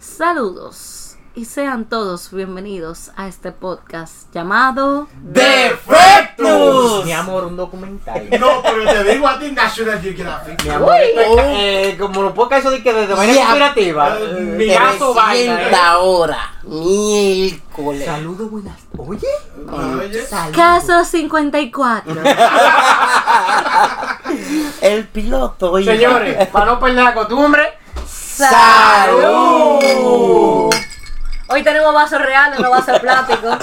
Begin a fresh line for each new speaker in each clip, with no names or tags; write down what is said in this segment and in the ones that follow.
Saludos y sean todos bienvenidos a este podcast llamado
¡Defectus!
Mi amor, un documental.
No, pero te digo a ti National Geographic.
Mi amor, esto es ca- eh, como lo poca eso de que de, de vaina
Ya.
Eh,
conspirativa. eh,
mi
te
gato
reci-
vaina, eh.
ahora, miércoles.
Saludos, buenas. Oye.
Oye,
Caso 54.
El piloto. oiga.
Señores, para no perder la costumbre,
salud.
Hoy tenemos vasos reales, no vasos plásticos.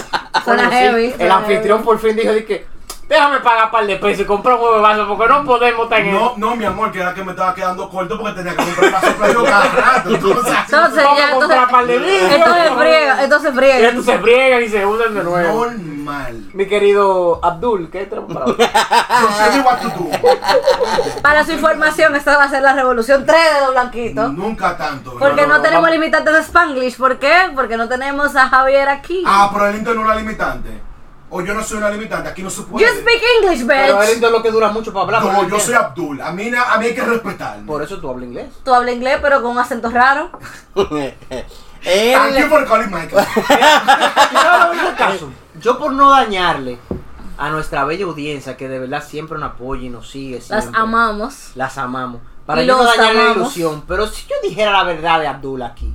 Suena
bueno, sí,
heavy.
el anfitrión por fin dijo de que déjame pagar un par de pesos y comprar un huevo de vaso porque no podemos estar en
No, no, mi amor, que era que me estaba quedando corto porque tenía que comprar más suplementos cada rato. Entonces, así no
Entonces,
Vamos
ya,
a comprar par de
entonces,
libros.
entonces friega, entonces
Y
friega.
estos se friegan y se unen de
fue
nuevo.
normal.
Mi querido Abdul, ¿qué tenemos para hoy?
So, show me what to do.
Para su información, esta va a ser la revolución 3 de los blanquitos.
Nunca tanto.
Porque
no,
no,
no,
tenemos
vamos.
limitantes de Spanglish. ¿Por qué? Porque no tenemos a Javier aquí.
Ah, pero el Inter no es la limitante. O yo no soy una limitante, aquí no se puede.
you
pues.
speak English,
Pero él
bitch.
es lo que dura mucho para hablar.
Como
porque
yo
él-
soy Abdul, a mí, na- a mí hay que respetarme.
Por eso tú hablas inglés.
Tú hablas inglés, pero con un acento raro.
Thank you
Él,
for calling Michael.
Yo ahora vengo al caso. Eh, Yo por no dañarle a nuestra bella audiencia que de verdad siempre nos apoya y nos sigue.
Las
siempre.
amamos.
Las amamos. Para
Y
yo no
los
dañar la
amamos.
ilusión. Pero si yo dijera la verdad de Abdul aquí,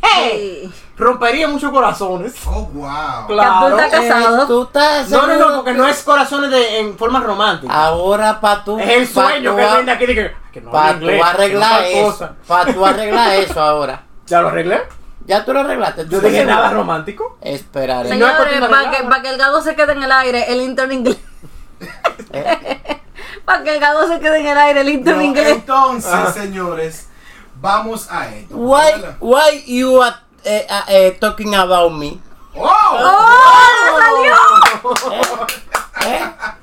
¡hey!
Y-
rompería muchos corazones.
Oh, wow.
Que Abdul está
eh,
casado.
tú estás
No, no,
seguro
no, porque no es corazones de, en forma
Ah,
romántica.
Ahora para tú.
es el sueño que vende aquí de que, que no
Para
hable
tú
inglés,
arreglar
que no tal
eso.
cosa.
Para tú arreglar eso ahora.
¿Ya lo arreglé?
Ya tú lo arreglaste. tú
Yo dije
seguro.
nada romántico.
Esperaré.
Señor-
Señores,
cortina
para
de
que,
nada.
pa' que el gago se quede en el aire, el intern inglés. para que el gago se quede en el aire, el intern
No, eh.
inglés.
entonces, señores, vamos a esto.
Why, why you are eh, ah, eh, talking about me?
Oh,
¡Oh! ¡Salió!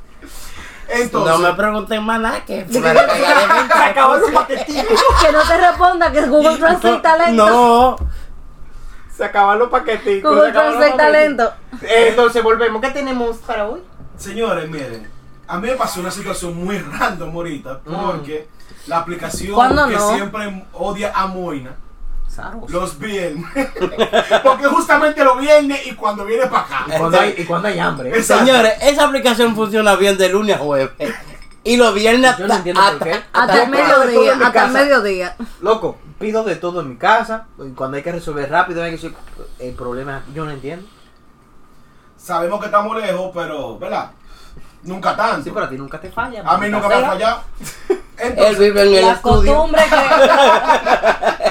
Eh,
entonces,
No me pregunten más nada que me regalaré
Se acabó su paquetito.
Que no te responda, que Google Translate talento.
No,
Se acabaron los paquetitos.
Google
se acabaron
Translate
los paquetitos.
talento.
Eh, Entonces volvemos. ¿Qué tenemos para hoy?
señores, miren, a mí me pasó una situación muy random ahorita porque la
¿Cuándo
aplicación que
no?
siempre odia a Moina. Los viernes. Porque justamente los viernes y cuando viene para acá.
y cuando hay hambre.
Exacto.
señores, esa aplicación funciona bien de lunes a jueves. Y los viernes
Yo no
hasta,
entiendo por qué.
Hasta el
Yo pido de todo
mediodía,
en mi
hasta el
casa.
mediodía.
Loco, pido de todo en mi casa. y Cuando hay que resolver rápido, hay que resolver el problema. Yo no entiendo.
Sabemos que estamos lejos, pero, ¿verdad? Nunca tanto.
Sí, pero a ti nunca te falla.
A mí nunca me ha fallado.
él
Entonces,
vive en el
La
estudio.
costumbre que.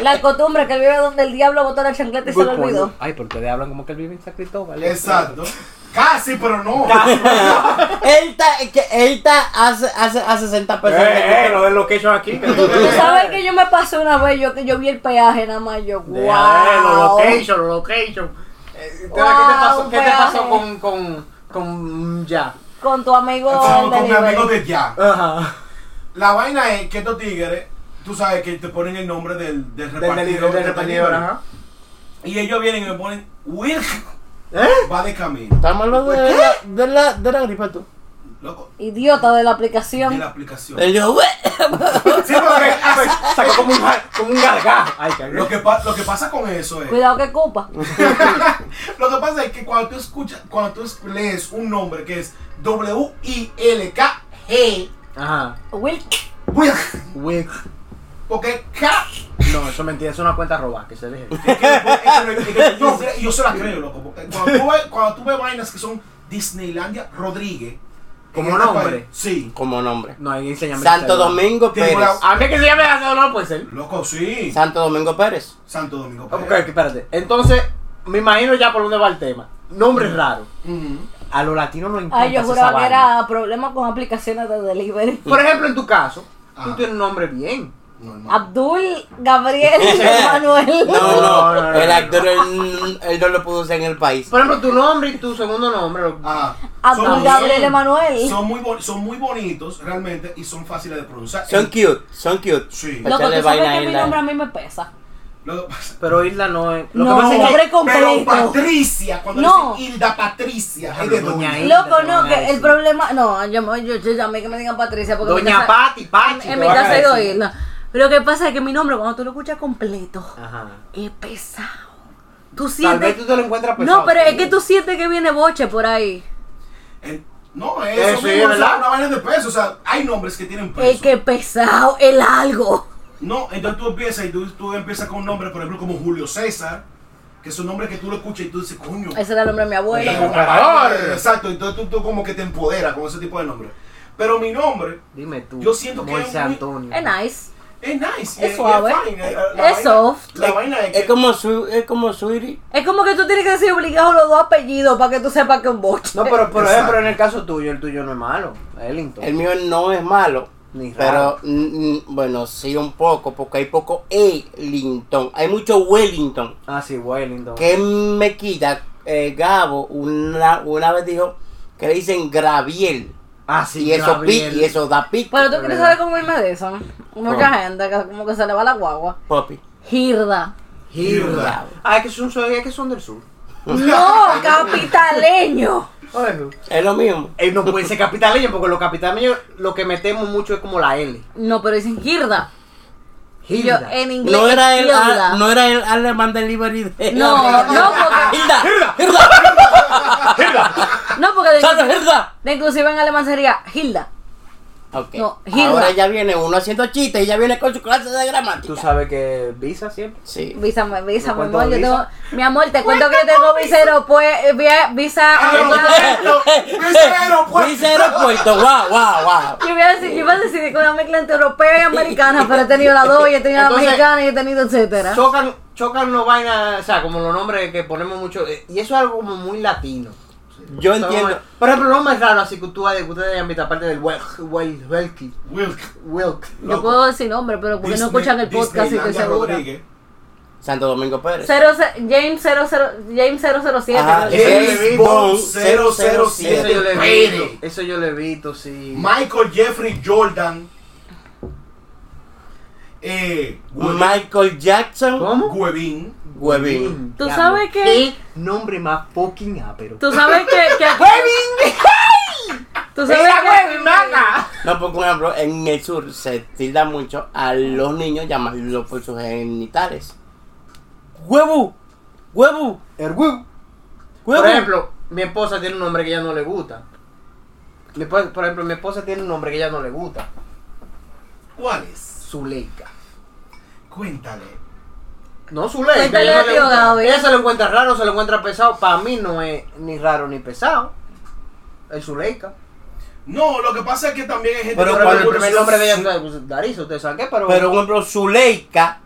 la costumbre que vive donde el diablo botó la chancleta y se lo
Good point.
olvidó.
Ay, pero ustedes hablan como que él vive en San Cristóbal.
exacto. Casi, pero no.
Él está, que él está hace, hace, a 60 pesos.
Eh, eh, lo de location aquí. que-
Tú sabes que yo me pasé una vez, yo que yo vi el peaje nada más, yo,
De- eh, Lo
wow.
location, lo location. Eh, ¿Qué te
Wow,
pasó, qué te
peaje.
pasó con, con, con ya?
Con tu amigo del
Estamos con mi
delivery.
amigo de ya.
Ajá.
La vaina es que estos tigres, tú sabes que te ponen el nombre del, del
Del
repartidor.
delito, del
que te
repartidor,
lleva.
ajá.
Y ellos vienen y me ponen, Will
¿Eh?
va de camino.
Estamos hablando de la, de la, de la gripa tú.
Loco,
Idiota de la
de
aplicación.
la aplicación.
Él dijo, "Ué".
Sí, porque así-
pues, Sacó como un, ga- como un gargajo. Ay,
lo, que pa- lo que pasa con eso es.
Cuidado que cupa.
Lo que pasa es que cuando tú escuchas, cuando tú es- lees un nombre que es W-I-L-K-G,
Ajá.
Will,
Wilk,
Wick.
porque K,
No, eso es mentira, es una cuenta robada, que se deje.
es que después- es que- es que yo, yo se la creo, loco, porque cuando tú, ves, cuando tú ves vainas que son Disneylandia Rodríguez,
¿Como
en este
nombre?
país, sí,
Como nombre.
No, ahí enséñame.
Santo
el celular.
Domingo
Tengo
Pérez.
la-
A mí que se llame Santo no puede ser.
loco, sí,
Santo Domingo Pérez.
Santo Domingo.
Ok,
Pérez.
espérate. Entonces, me imagino ya por dónde va el tema. Nombre raro.
Ujú.
A los latinos no encanta
ay, ah, yo
esa
juraba que
vaina.
era problema con aplicaciones de delivery.
Por ejemplo, en tu caso, tú
Ajá.
tienes un nombre bien.
Normal.
Abdul, Gabriel, Manuel.
No,
No,
no,
no, no,
el
no.
actor él, él no lo pudo usar en el país.
Por ejemplo, tu nombre y tu segundo nombre. lo-
Ah,
Abdul,
son,
Gabriel, Emanuel.
son muy bon- son muy bonitos realmente y son fáciles de pronunciar.
Son cute, son cute.
Sí.
Pero-
Loco,
Echarle
tú sabes
vaina
que
ahí,
mi
la-
nombre a mí me pesa.
Lo que pasa-
Pero Isla no es. Lo
No,
que pasa es que.
nombre completo.
Pero Patricia, cuando
No.
dicen Hilda Patricia, es de
Doña
doña.
Hilda.
Loco,
te
no,
van a
que el
decir.
problema. No, yo, yo, yo, yo llamé que me digan Patricia porque. en mi casa-
Doña Pati, Pachi.
En
te
mi
van a
casa hay
decir.
dos islas. Lo que pasa es que mi nombre, cuando tú lo escuchas completo,
Ajá.
es pesado. Tú
Tal vez
sientes.
tú te lo encuentras pesado.
No, pero es que tú sientes que viene boche por ahí.
El- no, eso
Eh, sí,
mismo, o sea,
¿verdad?
una vaina de peso. O sea, hay nombres que tienen peso.
Es que pesado, el algo.
No, entonces tú empiezas y tú, tú empiezas con un nombre, por ejemplo, como Julio César, que es un nombre que tú lo escuchas y tú dices, coño.
Ese era el nombre de mi
eh,
abuela.
comprador.
Exacto, entonces tú, tú como que te empoderas con ese tipo de nombre. Pero mi nombre
Dime tú.
Yo siento que
Moisés
es muy-
Antonio.
Es nice.
es nice. y
Es
y
suave,
fine, eh, la
es
vaina-
soft.
La vaina es que-
Es como, su, es como Sweetie.
Es como que tú tienes que decir obligado los dos apellidos para que tú sepas que es un boche.
No, pero por
Exacto.
ejemplo, en el caso tuyo, el tuyo no es malo. Ellington.
El mío no es malo.
Ni raro.
Pero, mm, mm, bueno, sí un poco, porque hay poco Ellington. Hay mucho Wellington.
Ah, sí, Wellington.
Que me quita, eh, Gabo, una, una vez dijo que le dicen Graviel.
Ah, sí,
y, eso
Gabriel.
pi- y eso da pico.
Pero tú quieres
verdad.
saber cómo irme de eso. ¿no? Mucha
¿Cómo?
gente que como que se le va la guagua.
Papi.
Girda.
Hilda. Ah, es que son, es que son del sur.
No, capitaleño.
Es lo mismo.
Eh, no pueden ser capitaleños porque los capitaleños lo que metemos mucho es como la L.
No, pero dicen girda. Y yo
Hilda.
en inglés.
No era el,
girda.
al- no era el alemán delivery de...
No, no, porque,
Hilda, Hilda, Hilda,
no, porque de,
salve,
inclusive,
Hilda.
de inclusive en alemán sería Hilda.
Ok.
No, Hilda.
Ahora ya viene uno haciendo chistes y ya viene con su clase de gramática.
Tú sabes que Visa siempre.
Sí.
Visa, visa,
¿No
mi
cuento
amor, yo tengo,
visa?
mi amor, te cuento que yo tengo visa aeropuer- eh, via- visa
pues.
aeropuerto.
Visa aeropuerto.
Visa aeropuerto, wow, wow, wow.
Yo iba a decir, yo iba a decir que una mezcla entre europea y americana, pero he tenido la dos, y he tenido
Entonces,
la mexicana, y he tenido etcétera.
Chocan, chocan los vainas, o sea, como los nombres que ponemos mucho. eh, Y eso es algo como muy latino.
Yo
Eso es
entiendo.
como- Por ejemplo, lo más raro así que tú que ustedes hayan visto, aparte del Wel- Wel- Welky.
Wilk.
Wilk.
Yo puedo decir nombre, pero porque no
Disney-
escuchan el podcast, y estoy
Disneylandia
segura.
Rodríguez.
Santo Domingo Pérez.
Cero ce- James, 00 James 007.
Ah,
creo que
James
es.
James Bond
Eso yo
007.
lo he
Pérez.
visto. Eso yo lo he visto, sí.
Michael Jeffrey Jordan. Eh, Guev-
Michael Jackson.
¿Cómo? Mm.
Guevín.
Huevín.
¿Tú
Diablo.
sabes qué?
Qué nombre más fucking ápero.
Tú sabes que. que Tú sabes que.
No, porque por ejemplo, en el sur se tilda mucho a los niños llamarlos por sus genitales. ¡Huevo! ¡Huevo!
El huevo.
¡Huevo!
Por ejemplo, mi esposa tiene un nombre que ella no le gusta. Mi esposa- por ejemplo, mi esposa tiene un nombre que ella no le gusta.
¿Cuál es?
Zuleika.
Cuéntale.
No Zuleika.
Cuéntale
ella,
a
no le
tío
gusta.
Gaby.
Ella se lo encuentra raro, se lo encuentra pesado. Para mí no es ni raro ni pesado. El Zuleika.
No, lo que pasa es que también hay gente
Pero
que
Pero
cuando
el
le
por
primer
gusta-
nombre de ella es Darizo, ustedes saben qué, pero...
Pero, por ejemplo, Zuleika,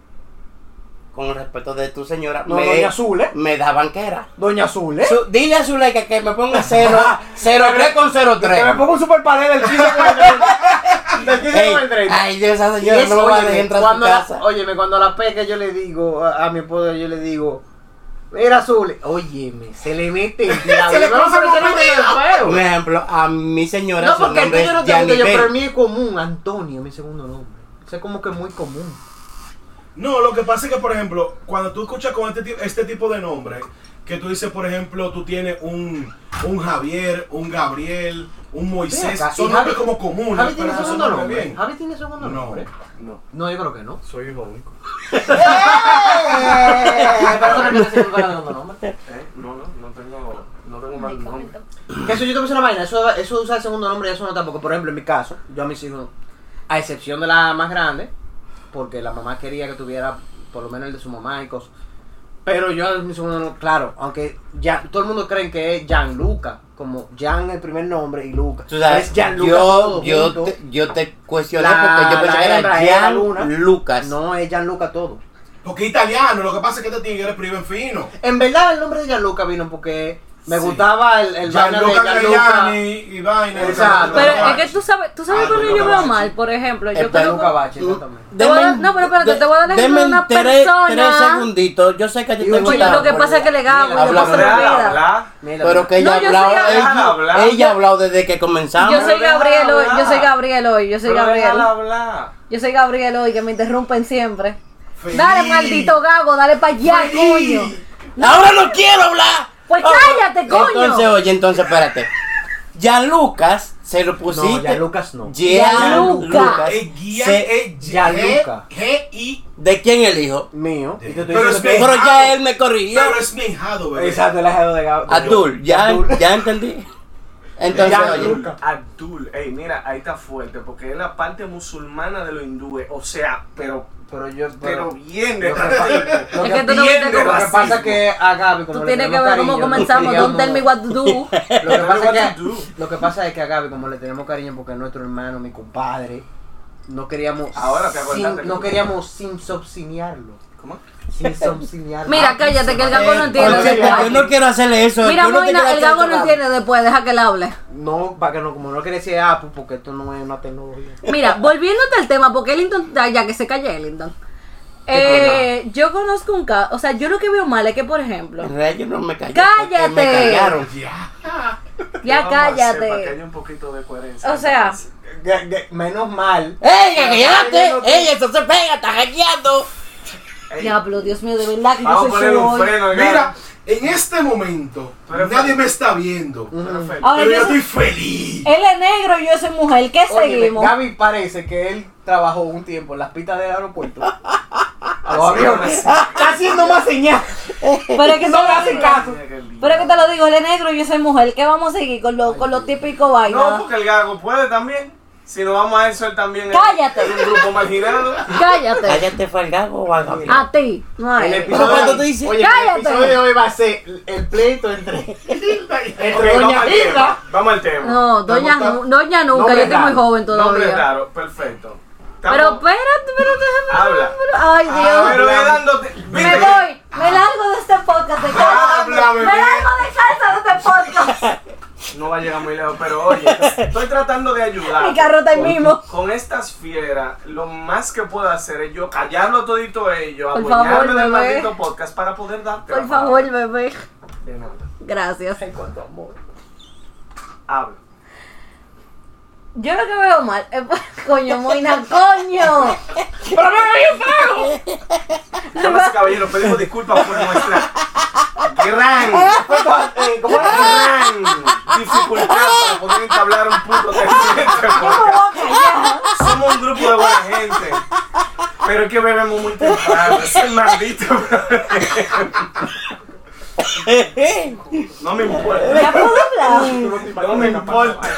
con respeto de tu señora,
no,
me,
Doña Zule.
me da banquera.
Doña Zule.
Su- dile a Zuleika que me ponga 0, 03 con
Que me
03.
pongo un super panel del 15 con el 30. Del 15 con el 30.
ay, Dios, esa
Y
señora
es-
no lo va a
óyeme,
dejar entrar a su
cuando la-
casa.
óyeme, cuando la peca yo le digo a, a mi esposo, yo le digo, mira Zule, óyeme, se le mete el diablo.
Se le
No,
cruza
pero
el
se le mete el feo.
Por ejemplo, a mi señora
No,
su
porque el
nombre
tuyo no
es
te gusta, yo,
Yanibel.
pero el mío es común, Antonio, mi segundo nombre. Eso es como que muy común.
No, lo que pasa es que, por ejemplo, cuando tú escuchas con este, ti- este tipo de nombre, que tú dices, por ejemplo, tú tienes un, un Javier, un Gabriel, un Moisés,
Ven acá,
son
y
nombres
Javi-
como comunes.
Javi
pero
tiene
no son
segundo
nombres
nombre.
bien.
Javi tiene segundo
No,
nombre.
No,
No, yo creo que no.
soy hijo único.
Pero eso no quiere decir que no tenga segundo nombre.
Eh, No, no, no tengo, no tengo mal nombre.
Que eso yo te puse una vaina, eso, eso usar el segundo nombre y eso no tampoco. Por ejemplo, en mi caso, yo a mis hijos, a excepción de la más grande, porque la mamá quería que tuviera por lo menos el de su mamá y cosas. Pero yo a mi segundo nombre, claro, aunque ya todo el mundo cree que es Gianluca, como Gian el primer nombre y Luca.
Tú sabes,
es Gianluca
yo,
todo
yo,
junto.
te, yo te cuestioné
La-
porque yo pensé
la
que
hembra
era
era
Jan
Luna.
Lucas.
No, es Gianluca todo.
Porque es italiano, lo que pasa es que este tigre escriben fino.
En verdad el nombre de Gianluca vino porque me
Sí.
gustaba el, el vaina de
Gianluca
Gianluca.
Gagliani y vaina.
Exacto.
Pero
Gianluca
es que tú sabes, tú sabes
Ah,
cuando
no,
yo
no,
veo
no,
mal,
sí.
por ejemplo,
Eh,
yo
pero
conozco
Gianluca Bache, exactamente.
Te voy a- no, pero espérate, te voy a dar el
deme
ejemplo de una
tres-
persona.
Tres segunditos, yo sé que a ti
Y
te
un
Oye,
gusta,
lo que pasa es que le gabo,
Mira,
yo
habla,
paso
habla,
la
Habla,
vida.
habla.
Mira,
pero que ella
No,
ha
yo
hablado,
soy-
Déjala
ella,
hablar.
ella ha hablado desde que comenzamos.
Yo soy
Pero
Gabriel hoy,
déjala
yo soy
hablar.
Gabriel hoy, yo soy
Pero
Gabriel.
déjala hablar.
Yo soy Gabriel hoy, que me interrumpen siempre.
Feliz.
Dale, maldito gago, dale para allá,
Feliz.
coño.
¡Ahora no quiero hablar!
Pues cállate, coño.
Entonces, oye, entonces, espérate. Jan Lucas se lo pusiste.
No, ya Lucas no.
Gianluca.
Gianluca.
Es guía,
Se-
es
Ya,
G-
Luca.
G-I.
¿De quién el hijo?
Mío. Y te estoy
Pero
diciendo
es
que-
mi-
Pero ya él me corrigió.
Pero es mi hijado, bebé.
Exacto, el ajeo de Gabo.
Abdul, ya, ya entendí. Entonces,
Ya,
oye,
Luca.
Abdul, ey, mira, ahí está fuerte, porque es la parte musulmana de los hindúes, o sea, pero,
Pero yo.
pero bien de
Lo que pasa-
racismo.
lo
Es
que-
que tú no
bien
viste
de
Lo que
cómo.
racismo.
pasa es que a Gaby,
Tú
como le
tienes que
tenemos
ver cómo
cariño,
comenzamos.
digamos,
Don't tell me what to do.
Lo que,
Tell me
pasa
what
es que,
to do.
lo que pasa es que a Gaby, como le tenemos cariño porque es nuestro hermano, mi compadre, no queríamos.
Ahora te
sin-
acordaste que
No
tú-
queríamos sin subsidiarlo.
¿Cómo?
Sin subsidiarlo.
Mira, cállate, que el gago no entiende.
oye, pero yo no quiero hacerle eso.
Mira,
yo no te quiero
Moina, el
hacer
gago
eso,
no entiende después, deja que él hable.
No, para que no, como no quería decir Apple, porque esto no es una tecnología.
Mira, volviéndote al tema, porque Ellington, ah, ya que se calla Ellington. Eh, yo conozco un caso, o sea, yo lo que veo mal es que, por ejemplo,
En realidad yo no me callé.
¡Cállate!
porque Me callaron.
Ya.
ya
Vamos a hacer para que
cállate.
haya un poquito de coherencia.
O sea,
Ga- ga- Menos mal.
¡Ey, cállate! ¡Ey, eso se pega! ¡Está hackeando!
Ey,
Diablo, Dios mío, de verdad que
vamos a
yo soy
poner
su
un
hoy.
freno,
Mira, en este momento,
Pero-
nadie me está viendo.
Mira,
Ahora
Pero yo
yo soy-
estoy feliz.
él es negro y yo soy mujer, ¿qué
Oye,
seguimos?
Gaby parece que él trabajó un tiempo en las pistas del aeropuerto. A los
ah,
aviones. Está haciendo más señal.
Pero es que
no
te lo
me hacen
digo.
caso.
Pero es que te lo digo, él es negro y yo soy mujer, ¿qué vamos a seguir con lo, con lo típico
No,
vaina?
porque el gago puede también. Si no vamos a eso, él también es-
Cállate.
es un grupo marginado.
Cállate,
Cállate fue el gago o a
Ah.
Gabriel.
a ti, no a
El
él.
Pero cuando tú
episodio,
dices,
oye,
¡cállate!
el episodio de hoy va a ser el pleito entre,
Eh,
entre
Ok, vamos
Doña
al
Hilda.
tema, Vamos al tema.
No, doña, Nu- doña nunca,
Nombre
yo estoy muy
raro.
joven
Nombre
todavía.
raro, perfecto.
Pero
Estamos-
espérate, pero déjame.
Habla. Ah,
pero- Ay, Dios.
Pero ve dándote.
Me
Viste,
voy, me largo de este podcast de casa. Me
Háblame,
largo de casa de este podcast.
No va a llegar muy lejos, pero oye, estoy tratando de ayudar.
Mi carro está ahí mismo.
Con estas fieras, lo más que puedo hacer es yo callarlo todito ellos,
Por favor,
adueñarme del
bebé.
maldito podcast para poder darte. la
Por
palabra.
favor, bebé.
De nada.
Gracias.
Habla.
Yo lo que veo mal es pues, coño, Moina, coño.
Damas y caballeros, pedimos disculpas por nuestra gran,
eh,
gran dificultad para poder entablar un punto de Somos un grupo de buena gente. Pero es que bebemos muy temprano. Es el maldito problema. No me importa.
Ya puedo hablar.
No me importa.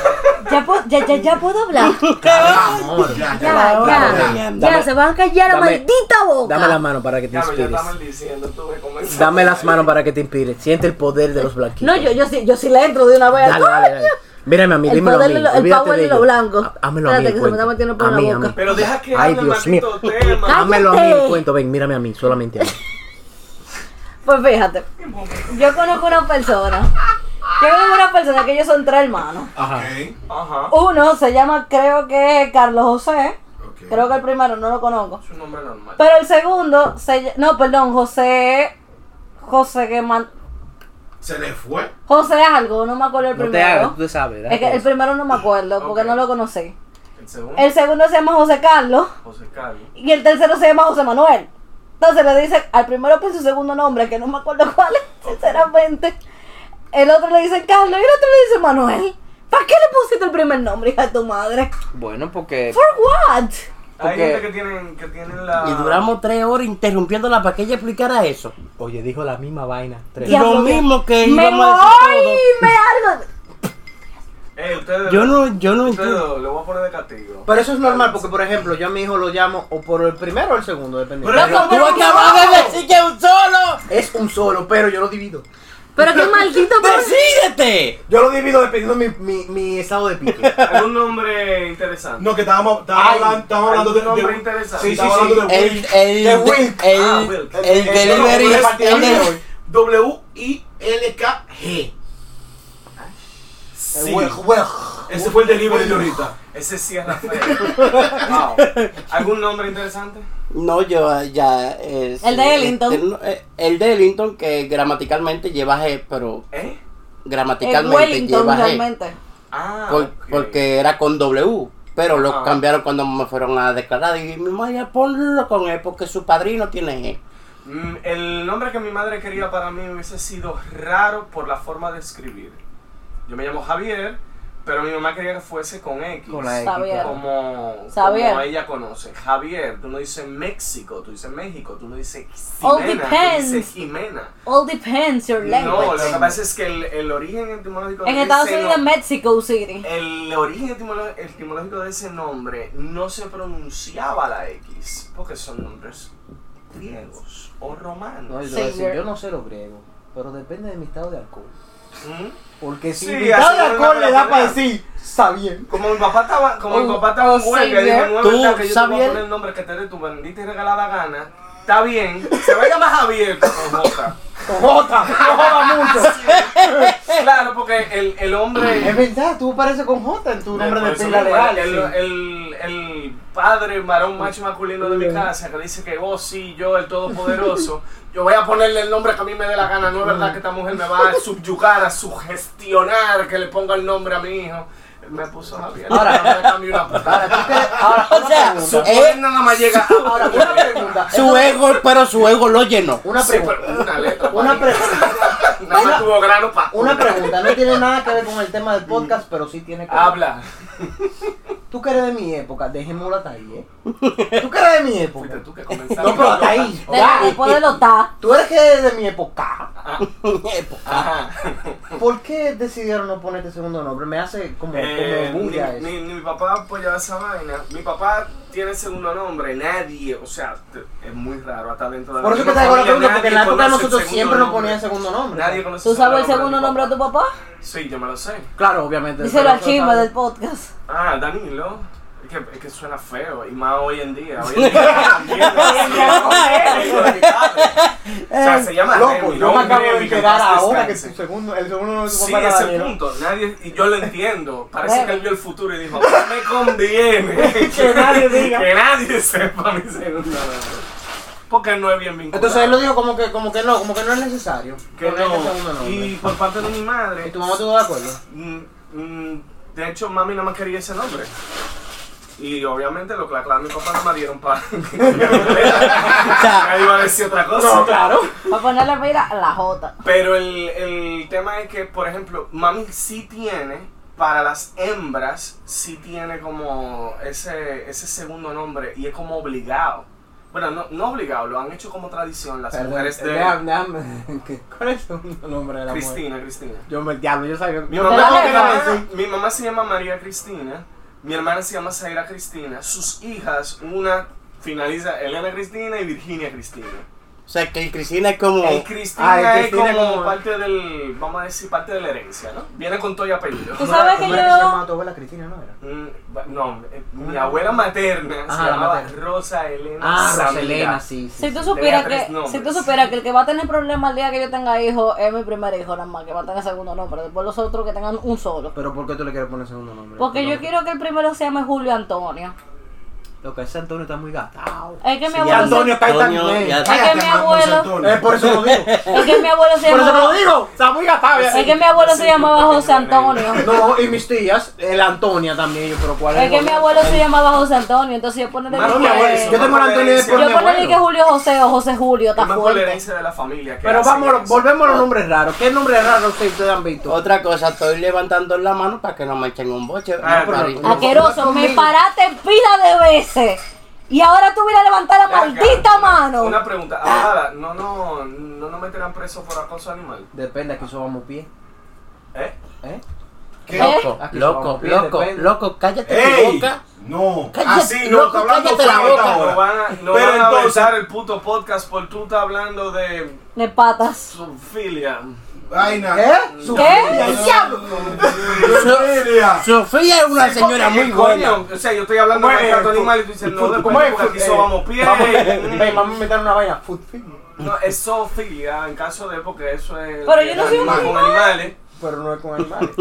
Ya, pu- ya, ya, ya puedo hablar.
Amor, ya, ya.
Ya, ya. Ya,
Dame-
se van a callar la
dame-
maldita boca.
Dame las manos para que te
Ya, ya
inspires.
está maldiciendo. Tuve que comenzar.
Dame las manos para que te inspires. Siente el poder de los blanquitos.
No, yo, yo, sí, yo sí le entro de una vez.
Dale, dale, dale. Mírame a mí,
El
dímelo a
poder,
mí.
de lo- el
olvídate
power de
ello.
lo blanco.
Ah, Hámelo a mí.
Espérate,
el
que se me está
cuento.
metiendo por
A
la
mí, a
boca.
mí.
Pero deja que
Ay,
hable el
Dios mío.
maldito tema.
Hámelo a mí
¡Cállate!
el cuento. Ven, mírame a mí, solamente a mí.
Pues fíjate, yo conozco una persona. Yo conozco una persona que ellos son tres hermanos.
Ok.
Ajá.
Uno se llama, creo que Carlos José.
ok.
Creo que el primero no lo conozco.
Es un nombre normal.
Pero el segundo se ll- No, perdón, José. José que man-
Se le fue.
José algo, no me acuerdo el primero.
sabes.
es que el primero no me acuerdo porque
Ok.
no lo conocí.
El segundo,
El segundo se llama José Carlos
José Carlos.
y el tercero se llama José Manuel. Entonces le dice al primero por su segundo nombre, que no me acuerdo cuál es, sinceramente. El otro le dice Carlos y el otro le dice Manuel. ¿Para qué le pusiste el primer nombre, hija de tu madre?
Bueno, porque.
¿For what?
Porque-
Hay gente que tienen, que tienen la.
Y duramos tres horas interrumpiéndola para que ella explicara eso.
Oye, dijo la misma vaina. Tres.
Diablo,
Lo mismo que
me
íbamos a
voy,
decir todo.
me algo.
Ey, Eh, ustedes.
Yo no, yo no
Ustedes
entiendo.
dos, le voy a poner de castigo.
Pero eso es normal, porque por ejemplo, yo a mi hijo lo llamo o por el primero o el segundo, dependiendo.
Pero
Loco,
tú
pero
acabas
no.
de decir que es un solo.
Es un solo, pero yo lo divido.
Pero qué maldito
Pues ¡Decídete!
Yo lo divido dependiendo de mi, mi, mi estado de pique.
¿Algún nombre interesante?
No, que estábamos, estábamos
Ay,
hablando, estábamos hablando de,
algún nombre
de-
interesante.
Sí, sí,
Estaba
sí.
El, el, el,
De Wilk.
Ah,
el,
Wilk.
el delivery.
el-
el de-
el- W-I-L-K-G. Sí. Ese fue el delivery de ahorita.
Ese sí es Rafael. wow. ¿Algún nombre interesante?
No, yo ya. eh, sí,
El de Ellington.
este, no, eh, el de Ellington, que gramaticalmente lleva G, pero
¿Eh?
El
gramaticalmente
Wellington
lleva G.
realmente.
Ah.
por-
ok.
Porque era con W. Pero lo
Ah.
cambiaron cuando me fueron a declarar. Y mi madre, ponlo con E porque su padrino tiene E". G.
Mm, el nombre que mi madre quería para mí hubiese sido raro por la forma de escribir. Yo me llamo Javier, Pero mi mamá quería que fuese con X.
Con la X.
Sabía.
claro.
Como,
Xavier.
como ella conoce. Javier, tú no dices México, tú dices México, tú no dices
All
Ximena, tú
Oh, depends.
dices Jimena.
All depends your
No, lo
language.
que pasa es que el, el origen etimológico
en
de
Estados
ese
Unidos,
nom-
Mexico City.
el origen etimolo- etimológico de ese nombre no se pronunciaba la X, porque son nombres griegos o
No, yo,
romanos.
te voy a decir,
Savior.
yo no sé los griegos, pero depende de mi estado de alcohol.
¿Mm?
Porque si
Sí,
mi estado
así
de
no me
alcohol
la
le da
pelea.
para decir, está bien.
Como mi papá estaba, como mi
Oh,
papá estaba en
oh,
huelga y dijo,
Xavier.
no es verdad
Tú,
que yo te voy a
Xavier.
poner el nombre que te dé tu bendita y regalada gana. Está bien, se va a llamar Javier, pero Jota.
Jota, no joda mucho.
Claro, porque el, el
Es
hombre...
verdad, tú pareces con Jota en tu nombre de
Por eso
pila
mismo,
legal.
el,
sí.
el- el padre varón macho masculino de mi casa que dice que vos sí, yo el todopoderoso, yo voy a ponerle el nombre que a mí me dé la gana. No es
Mm.
verdad que esta mujer me va a subyugar, a sugestionar que le ponga el nombre a mi hijo. Me puso Javier.
Ahora-
no le cambié una puta.
Ahora, ¿tú crees? Ahora,
O
una
sea,
pregunta. Eh,
su,
Su poder nada más llega a-
Ahora, una pregunta.
Ah,
su ego, pero su ego lo llenó.
Una
Sí, pero
pregunta.
una letra.
Una
marica. Nada más tuvo grano pa.
Una pregunta, no tiene nada que ver con el tema del podcast, pero sí tiene que ver.
Habla.
Tú que eres de mi época, dejémosla hasta ahí, ¿eh? Tú que eres de mi
Fuiste
época.
tú que comenzaste.
No, pero hasta ahí.
De- Después de los ta.
Tú eres que eres de mi época.
E,
Ajá.
¿Por qué decidieron no ponerte segundo nombre? Me hace como,
Eh,
como
ni,
bulla eso.
ni- ni mi papá apoyaba esa vaina. Mi papá tiene segundo nombre, nadie, o sea, te- es muy raro, hasta dentro de la
Por eso que
misma
te hago la
familia,
pregunta, porque en la
nadie
época
conoce el
nosotros
segundo
siempre nos
nombre.
ponían segundo nombre.
Nadie conoce
¿Tú sabes el
de
segundo
mi
nombre de tu papá?
Sí, yo me lo sé.
Claro, obviamente.
Díselo
pero
al
eso
chisme
sabe.
del podcast.
Ah, Danilo. Es que, es que suena feo, y más hoy en día. Hoy en día también, O sea, se llama
Eh, Loco,
Remy,
yo
no
me acabo de
Remy, que en
enterar
paz
ahora que
descanse.
tu segundo, el segundo nombre de tu
Sí,
papá era
ese
Daniel.
punto. Nadie, y yo lo entiendo. Parece
Bueno.
que él vio el futuro y dijo, "No me conviene
Que nadie diga.
que nadie sepa mi segundo nombre. Porque no es bien vinculado.
Entonces él lo dijo como que, como que no, como que no es necesario.
que
ponerle segundo
no.
nombre.
Y por parte de mi madre,
¿Y tu mamá estuvo de acuerdo?
mm, mm, de hecho, mami nada más quería ese nombre. Y obviamente lo que la clara mi papá no me dieron para. Nadie iba a decir otra cosa.
claro.
Para ponerle mira a la J.
Pero el, el tema es que, por ejemplo, mami sí tiene, para las hembras, sí tiene como ese, ese segundo nombre y es como obligado. Bueno, no, no obligado, lo han hecho como tradición las mujeres de
Déjame, déjame. ¿qué- ¿Cuál es el nombre de la mujer?
Cristina, Cristina.
Yo me diablo, yo sabía.
Mi
yo
mamá,
pensaba
dale,
mi
que era
dale.
mamá-
así.
mi mamá se llama María Cristina, mi hermana se llama Zaira Cristina, sus hijas, una finaliza Elena Cristina y Virginia Cristina.
O sea, que el Cristina es como.
El Cristina,
Ah, el Cristina
es como,
como-
parte del, vamos a decir, parte de la herencia, ¿no? Viene con todo y apellido.
Tú sabes que
¿Cómo era se
yo-
llamaba tu abuela Cristina, no era?
Mm, ba- No, eh, mi abuela materna
Ajá,
se
la
llamaba
materna.
Rosa Elena.
Ah,
Samira.
Roselena, sí, sí.
Si tú
sí.
supieras
Tenía
que,
tres nombres.
si tú supieras que el que va a tener problemas el día que yo tenga hijo es mi primer hijo nada más, que va a tener segundo nombre, después los otros que tengan un solo.
Pero ¿por qué tú le quieres poner segundo nombre?
Porque yo
Nombre.
quiero que el primero se llame Julio Antonio.
Lo que ese Antonio está muy gastado.
Es que mi
Sí,
abuelo
ya
se-
Antonio
está ahí
Antonio,
también.
ya-
Es que mi abuelo,
Es por eso lo digo. Por
es que mi abuelo se
eso lo
llamaba,
digo. Está muy gastado.
es que mi abuelo se
Sí,
llamaba
porque
José
yo era
Antonio.
No, y mis tías, el Antonia también, yo, pero ¿cuál
Es que mi abuelo se llamaba José Antonio, entonces yo ponerle
Más
Ah, No, mi
por
abuelo,
eso,
yo
más
tengo
por
el Antonio de
herencia.
por
Yo
mi
ponerle
abuelo.
que Julio José o José Julio, está
Es más por la
fuerte.
herencia de la familia. que
Pero
hace
vamos,
eso.
volvemos a los nombres raros. ¿Qué nombres raros ustedes ustedes han visto?
Otra cosa, estoy levantando la mano para que no me echen un boche.
Ah,
No,
pero-
pero-
Aqueroso, me paraste pila de veces. Y ahora tú vienes a levantar la
Ven acá,
maldita
una-
mano.
Una pregunta, abogada, no, no, no nos meterán preso por acoso animal,
Depende, aquí sobamos pie.
¿eh?
¿Eh?
Loco,
Aquí
loco,
somos,
loco,
depende.
loco, cállate tu
¡Ey!
boca.
No,
Cállate,
así no,
loco,
está hablando
cállate la
Frank
boca.
ahora.
Nos van a,
Pero
nos van a
entonces-
besar el puto podcast por tú estás hablando de
De patas.
su filia.
Vaina.
¿Eh? Su-
¿Qué?
Mira,
Sofía es una señora
Porque,
muy
coño,
buena.
O sea, yo estoy hablando de
¿Cómo es?
maltrato animal y tú dices, no,
Fut-
después
¿cómo es?
porque aquí
Fut- eh,
sobamos pie.
pues, Vamos,
Mm.
ven, vamos a inventar una vaina. Food film.
No, es Sofía, en caso de, porque eso es.
Pero yo no soy un
animal con animales.
Pero no es con animales.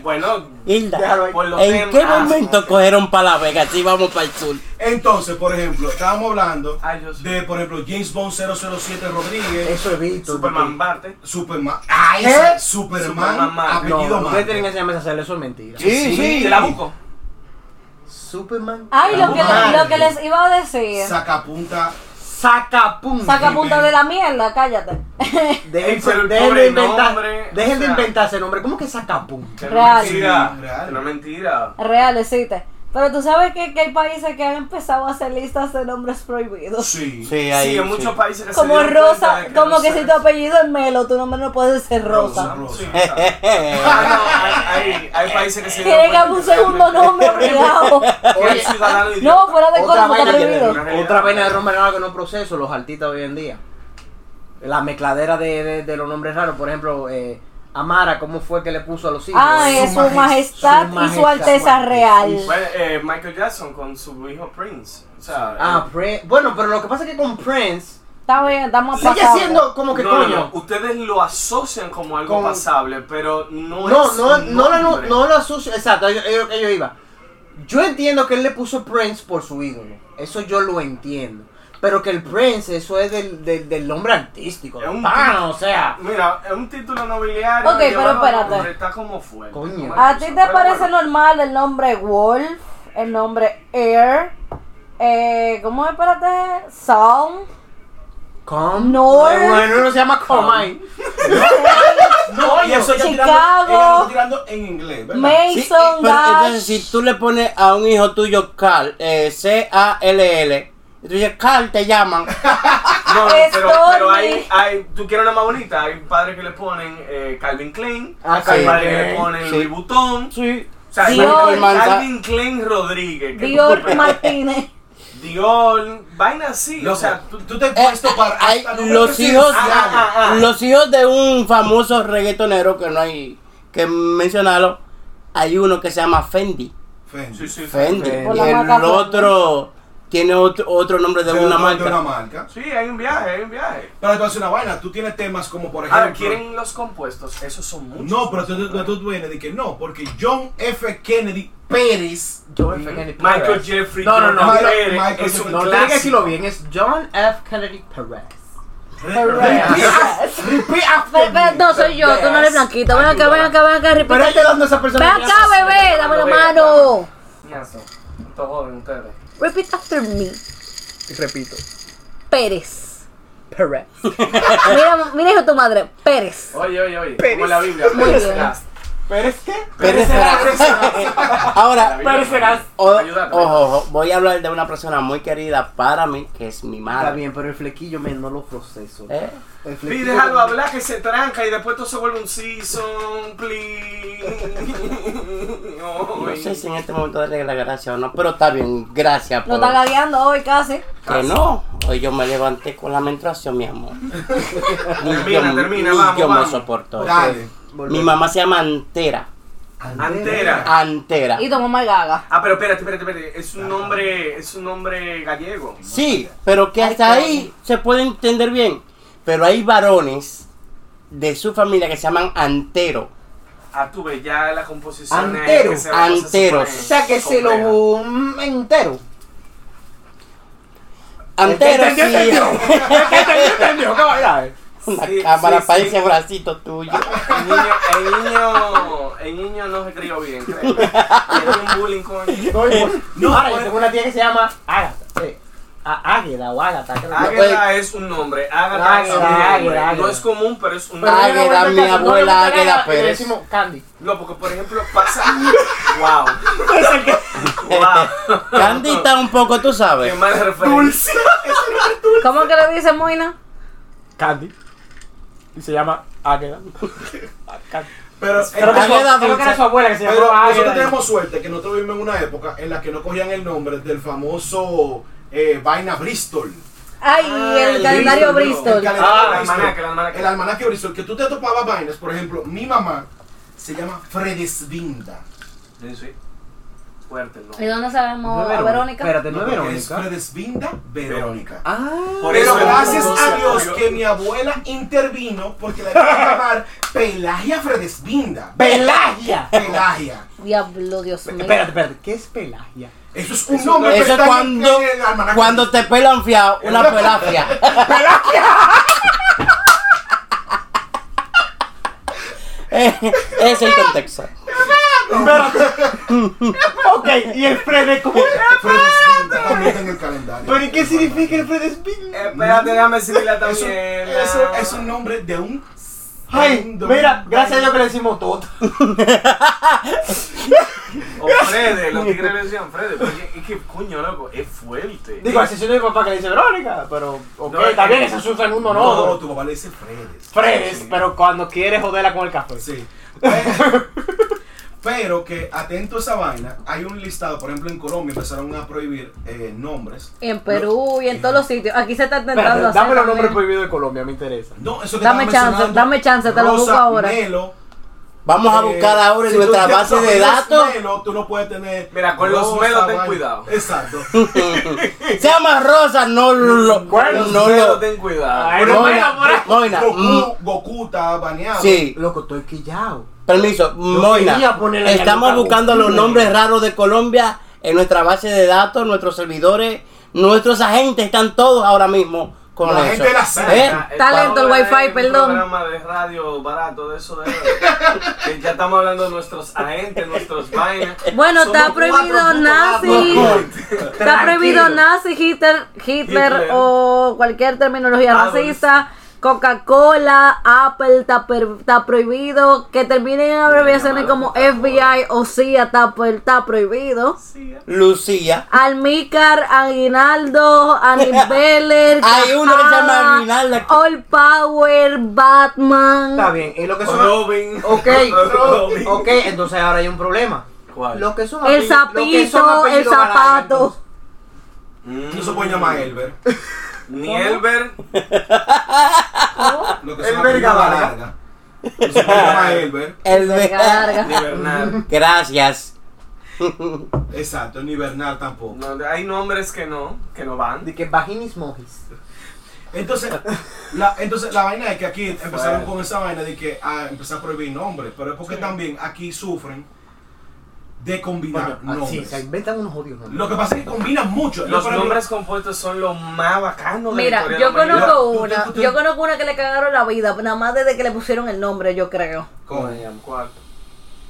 Bueno,
Hilda,
Déjalo ahí.
por ah, los
¿en qué
temas-
momento cogieron para la Vega? Si vamos para el sur.
entonces, por ejemplo, estábamos hablando
Ay, yo soy-
de, por ejemplo, James Bond 007 Rodríguez,
Eso es visto.
Superman Barte.
Superman, ay,
¿Eh?
¿Qué?
sí, Superman,
Superman Marte.
No,
apellido
ustedes
Marte.
tienen que enseñarme a hacerlo, eso es mentira.
Sí, sí.
Te la busco.
Superman.
Ay, lo que,
Madre.
lo que les iba a decir.
Sacapunta,
Sacapunta.
Saca punta de la mierda, cállate.
Dejen,
Pero el
dejen
pobre
de, inventar,
nombre,
dejen de
o sea-
inventarse nombre. ¿Cómo que sacapunta?
Que
Real.
mentira.
Sí, real.
Que no es mentira.
Reales, sí. te- Pero tú sabes que, que hay países que han empezado a hacer listas de nombres prohibidos.
Sí.
Sí, ahí.
Sí, en
sí.
muchos países que se
Como
dieron cuenta
Rosa,
de
como
no
que
se-
si tu apellido es Melo, tu nombre no puede ser Rosa.
Rosa.
Sí, exacto. Ah, no, hay, hay- hay países que se dieron
Tiene que
cuenta
haber un
que
segundo
realmente-
nombre obligado.
que el ciudadano idiota.
No, fuera de
Otra
código, está
vaina,
prohibido.
tiene-
que, otra vaina de Romero Alba que no proceso, los artistas hoy en día. La mezcladera de, de- de los nombres raros, por ejemplo, eh, Amara, ¿cómo fue que le puso a los hijos?
Ah, es su
Su
majestad,
majestad,
y
su
su alteza
majestad.
real.
Bueno, eh, Michael Jackson con su hijo Prince. O sea, eh,
Ah, Prince. Bueno, pero lo que pasa es que con Prince
Está bien, estamos
sigue
pasados.
siendo como que
no, no,
coño.
no, ustedes lo asocian como algo
Con-
pasable, pero no,
No,
es.
no,
un
no, la- no,
nombre.
no lo asocio. Exacto, yo, yo, yo iba. Yo entiendo que él le puso Prince por su ídolo. Eso yo lo entiendo. Pero que el Prince, eso es del, del, del nombre artístico.
Es un-
pana, o sea.
Mira, es un título nobiliario.
Ok, pero
llevado a
espérate.
nombre, Está como fue.
Coño.
¿A ti te
Pero
parece
bueno,
normal el nombre Wolf, el nombre Air, eh, ¿cómo es? Espérate, Sound,
Com.
No.
Bueno, no se llama Comay.
No, y eso ya
Chicago.
tirando, ella lo está tirando en inglés, ¿verdad?
Sí,
Mason,
pero entonces
Dash.
si tú le pones a un hijo tuyo Carl, eh, C-A-L-L, y tú dices, Carl te llaman,
No, no, pero, pero hay,
Stormy.
hay. Tú quieres una más bonita. Hay padres que le ponen eh, Calvin Klein.
Ah,
hay
sí.
padres que le ponen
Sí.
Louis Vuitton.
sí,
O sea,
Dior.
Calvin-
Manza-
Calvin Klein Rodríguez. que-
Dior Martínez.
Dior. Vaina así.
Loco,
o sea,
tú, tú te has
Eh,
puesto para.
hay
hasta
los hijos,
presidenciales.
Ah, ah, ah.
los hijos de un famoso reggaetonero que no hay que mencionarlo, hay uno que se llama Fendi,
Fendi.
sí, sí, sí.
Fendi,
Fendi.
Por
y
la marca
el
Fendi.
otro tiene otro, otro nombre de una
De una
marca.
marca.
Sí, hay un viaje, hay un viaje.
Pero entonces una vaina, tú tienes temas como por ejemplo.
Ahora, ¿quieren los compuestos? Esos son muchos.
No, pero tú, tú, tú vienes de que no, porque John F. Kennedy Pérez.
Yo
Michael Jeffrey
No, no, no.
Jordan
Michael-
Pérez
Michael-
es un
No, tiene que
clásico.
decirlo bien. Es John F. Kennedy Perez.
Re-
Perez.
Repeat after
Ve- ve-
me.
No, soy yo, tú no eres blanquito. Ven acá, ven acá, ven acá,
Pero
repite.
ella dando esa persona.
Ven acá, bebé, dame la mano.
Ñazo, estos jóvenes, ustedes.
Repeat after me.
Repito.
Pérez.
Perez.
Mira, mira hijo de tu madre, Pérez.
Oh,
Oye, oye, oye. Como la Biblia.
Muy
Pérez
bien.
Gast.
¿Pérez qué?
Ahora,
Pero serás-
o-
Ayúdame.
ojo, ojo, voy a hablar de una persona muy querida para mí, que es mi
Está
madre.
bien, pero el flequillo, men, no lo proceso.
¿eh?
El flequillo-
Y déjalo hablar que se tranca y después todo se vuelve un season, please.
No sé si en este momento darle la gracia o no, pero está bien, gracias
Nos
por...
oh.
está gagueando hoy casi.
Que no, hoy yo me levanté con la menstruación, mi amor. Ni
Termina, termina,
ni
vamos,
yo
vamos.
me soporto.
Dale.
Mi mamá se llama Antera.
Antera.
Antera.
Y tu mamá es gaga.
Ah, pero espérate, espérate, espérate. Es un nombre, es un nombre gallego.
Sí, pero que hasta
Ay,
ahí se puede entender bien. Pero hay varones de su familia que se llaman Antero.
Ah, tú ves ya la composición. es
Antero,
que se va- se
antero.
supone
O sea que se
compleja.
lo mm, entero.
Antero
¿Entendió,
sí.
entendió? ¿Entendió, entendió? ¿Qué vaina es?
Una
Sí,
cámara
sí,
para
sí.
ese bracito tuyo.
El niño, el niño, el niño no se crió bien, creo. Tiene un bullying con él.
No,
Ahora, yo
pues-
tengo una tía que se llama Ágata. eh, a- Águeda o Ágata. creo que-
Ah, Águeda es un nombre. Ágata es un
Águeda,
nombre.
águeda, águeda.
No es común, pero es un
Pero
nombre.
Águeda,
yo no voy a
mi
casa, no le
abuela,
gusta
Águeda
y le
Pérez.
decimos Candy.
No, porque por ejemplo pasa. ¡Wow! ¡Wow!
Candita un poco, tú
¡Qué
sabes.
mal referencia!
¿Cómo que le dice Moina?
Candy. Y se llama Águeda.
Pero,
Creo que, su,
Águeda
creo que era
dulce.
su abuela que se
pero
llamaba
nosotros
Águeda.
tenemos suerte que nosotros vivimos en una época en la que no cogían el nombre del famoso eh, vaina Bristol.
Ay, el
el
calendario
El
Bristol.
calendario
Ah, el
Bristol.
almanaque, el almanaque.
El almanaque Bristol, que tú te topabas vainas, por ejemplo, mi mamá se llama Fredesvinda.
Sí, sí. Fuerte, ¿no?
¿Y dónde sabemos
No
a
es
Verónica?
Espérate, no es
Porque es
Verónica.
Fredesvinda Verónica.
Ah,
Por
Pero
eso el
gracias
mundo
a
se
Dios
murió.
que mi abuela intervino porque la iba a llamar Pelagia Fredesvinda.
Pelagia.
Pelagia.
Diablo, Dios mío.
Espérate, espérate. ¿Qué es Pelagia?
Eso es un nombre que
Eso es
está en-
cuando,
en el almanaque.
cuando te pelan fiao, una pelafia. ¡Pelafia! Eh, es el contexto.
Ok, y el Freddy, ¿cómo
¡Ah,
Fredesvinda. Está también en el calendario.
¿Pero y qué significa el Fredespin?
Espérate, déjame decirla
Eso-
también.
eso es un nombre de un.
Ay,
santo-
mira, gracias a Dios que le decimos todo.
O Freddy, los tigres le decían Freddy. Porque es que, coño, loco, es fuerte.
Digo, a excepción de mi papá que le dice Verónica, pero. Ok,
No, es
está
que-
bien, ese es un segundo
No,
nombre.
tu papá le dice Fredes.
Fredes,
Sí.
pero cuando quiere joderla con el café.
Sí. Pero, pero que atento a esa vaina, hay un listado, por ejemplo en Colombia empezaron a prohibir eh, nombres.
En Perú y en todos los sitios. Aquí se está intentando
Espérate,
hacer.
dame los nombres
también.
prohibidos de Colombia, me interesa.
No, eso que
Dame
estaba
chance,
mencionando,
dame chance, te lo
Rosa,
busco ahora.
Melo,
Vamos a
eh,
buscar ahora en
si tú
nuestra
te- eh,
base de
apellidas
datos.
Melo, tú no puedes tener.
Mira, con los
Rosa,
Melo ten
vaina.
cuidado.
Exacto.
Se llama Rosa, no lo.
Bueno,
No
pero
lo.
ten cuidado.
Ay, no,
Moina, Moina. mm,
Goku, Goku está baneado.
Sí,
Loco, estoy quillado.
permiso,
quería
Moina.
ponerle
Estamos
la boca
buscando los nombres raros de Colombia en nuestra base de datos, nuestros servidores, nuestros agentes están todos ahora mismo con
La
eso.
gente la sabe.
¿Eh?
Talento, el
programa
wifi,
es un
perdón.
este programa de radio barato, de eso de. que ya estamos hablando de nuestros agentes, nuestros vainas.
Bueno,
Somos
está prohibido
cuatro
nazi.
puntos
Está prohibido nazi, Hitler, Hitler,
Hitler.
o cualquier terminología
Adolf.
racista. Coca-Cola, Apple está, per- está prohibido. Que terminen en abreviaciones
llamarlo
como
Coca-Cola.
FBI o CIA está, per- está prohibido.
Lucía.
Almícar, Aguinaldo, Anibeler,
Hay uno que se llama Aguinaldo aquí.
All Power, Batman.
Está bien, y lo que son.
Robin.
Ok,
Robin.
ok, entonces ahora hay un problema.
¿Cuál?
Lo que son
El
apellidos- lo que son
sapito, el
apellidos galanes,
zapato.
entonces.
No se puede llamar Elber.
Mm. Ni Elber.
Oh,
Lo que
Elber
apellidos
Galarga.
Galarga. No se puede llamar Elber.
El de-
Verga.
Ni Bernal.
Gracias.
Exacto, ni Bernal tampoco.
No, hay nombres que no, que no van.
De que vaginis mojis.
Entonces, la, entonces la vaina es que aquí empezaron con esa vaina de que ah, empezar a prohibir nombres, pero es porque también aquí sufren de combinar
Bueno, así,
nombres.
Ah, se inventan unos odios nombres.
Lo que pasa es que combinan mucho. Yo,
Los
por ejemplo,
nombres compuestos son lo más bacano de la
Mira,
historia de
yo
la humanidad.
conozco
Tú- tú-
una,
tú- tú-
yo conozco una que le cagaron la vida, nada más desde que le pusieron el nombre, yo creo.
¿cómo?
¿Cuál?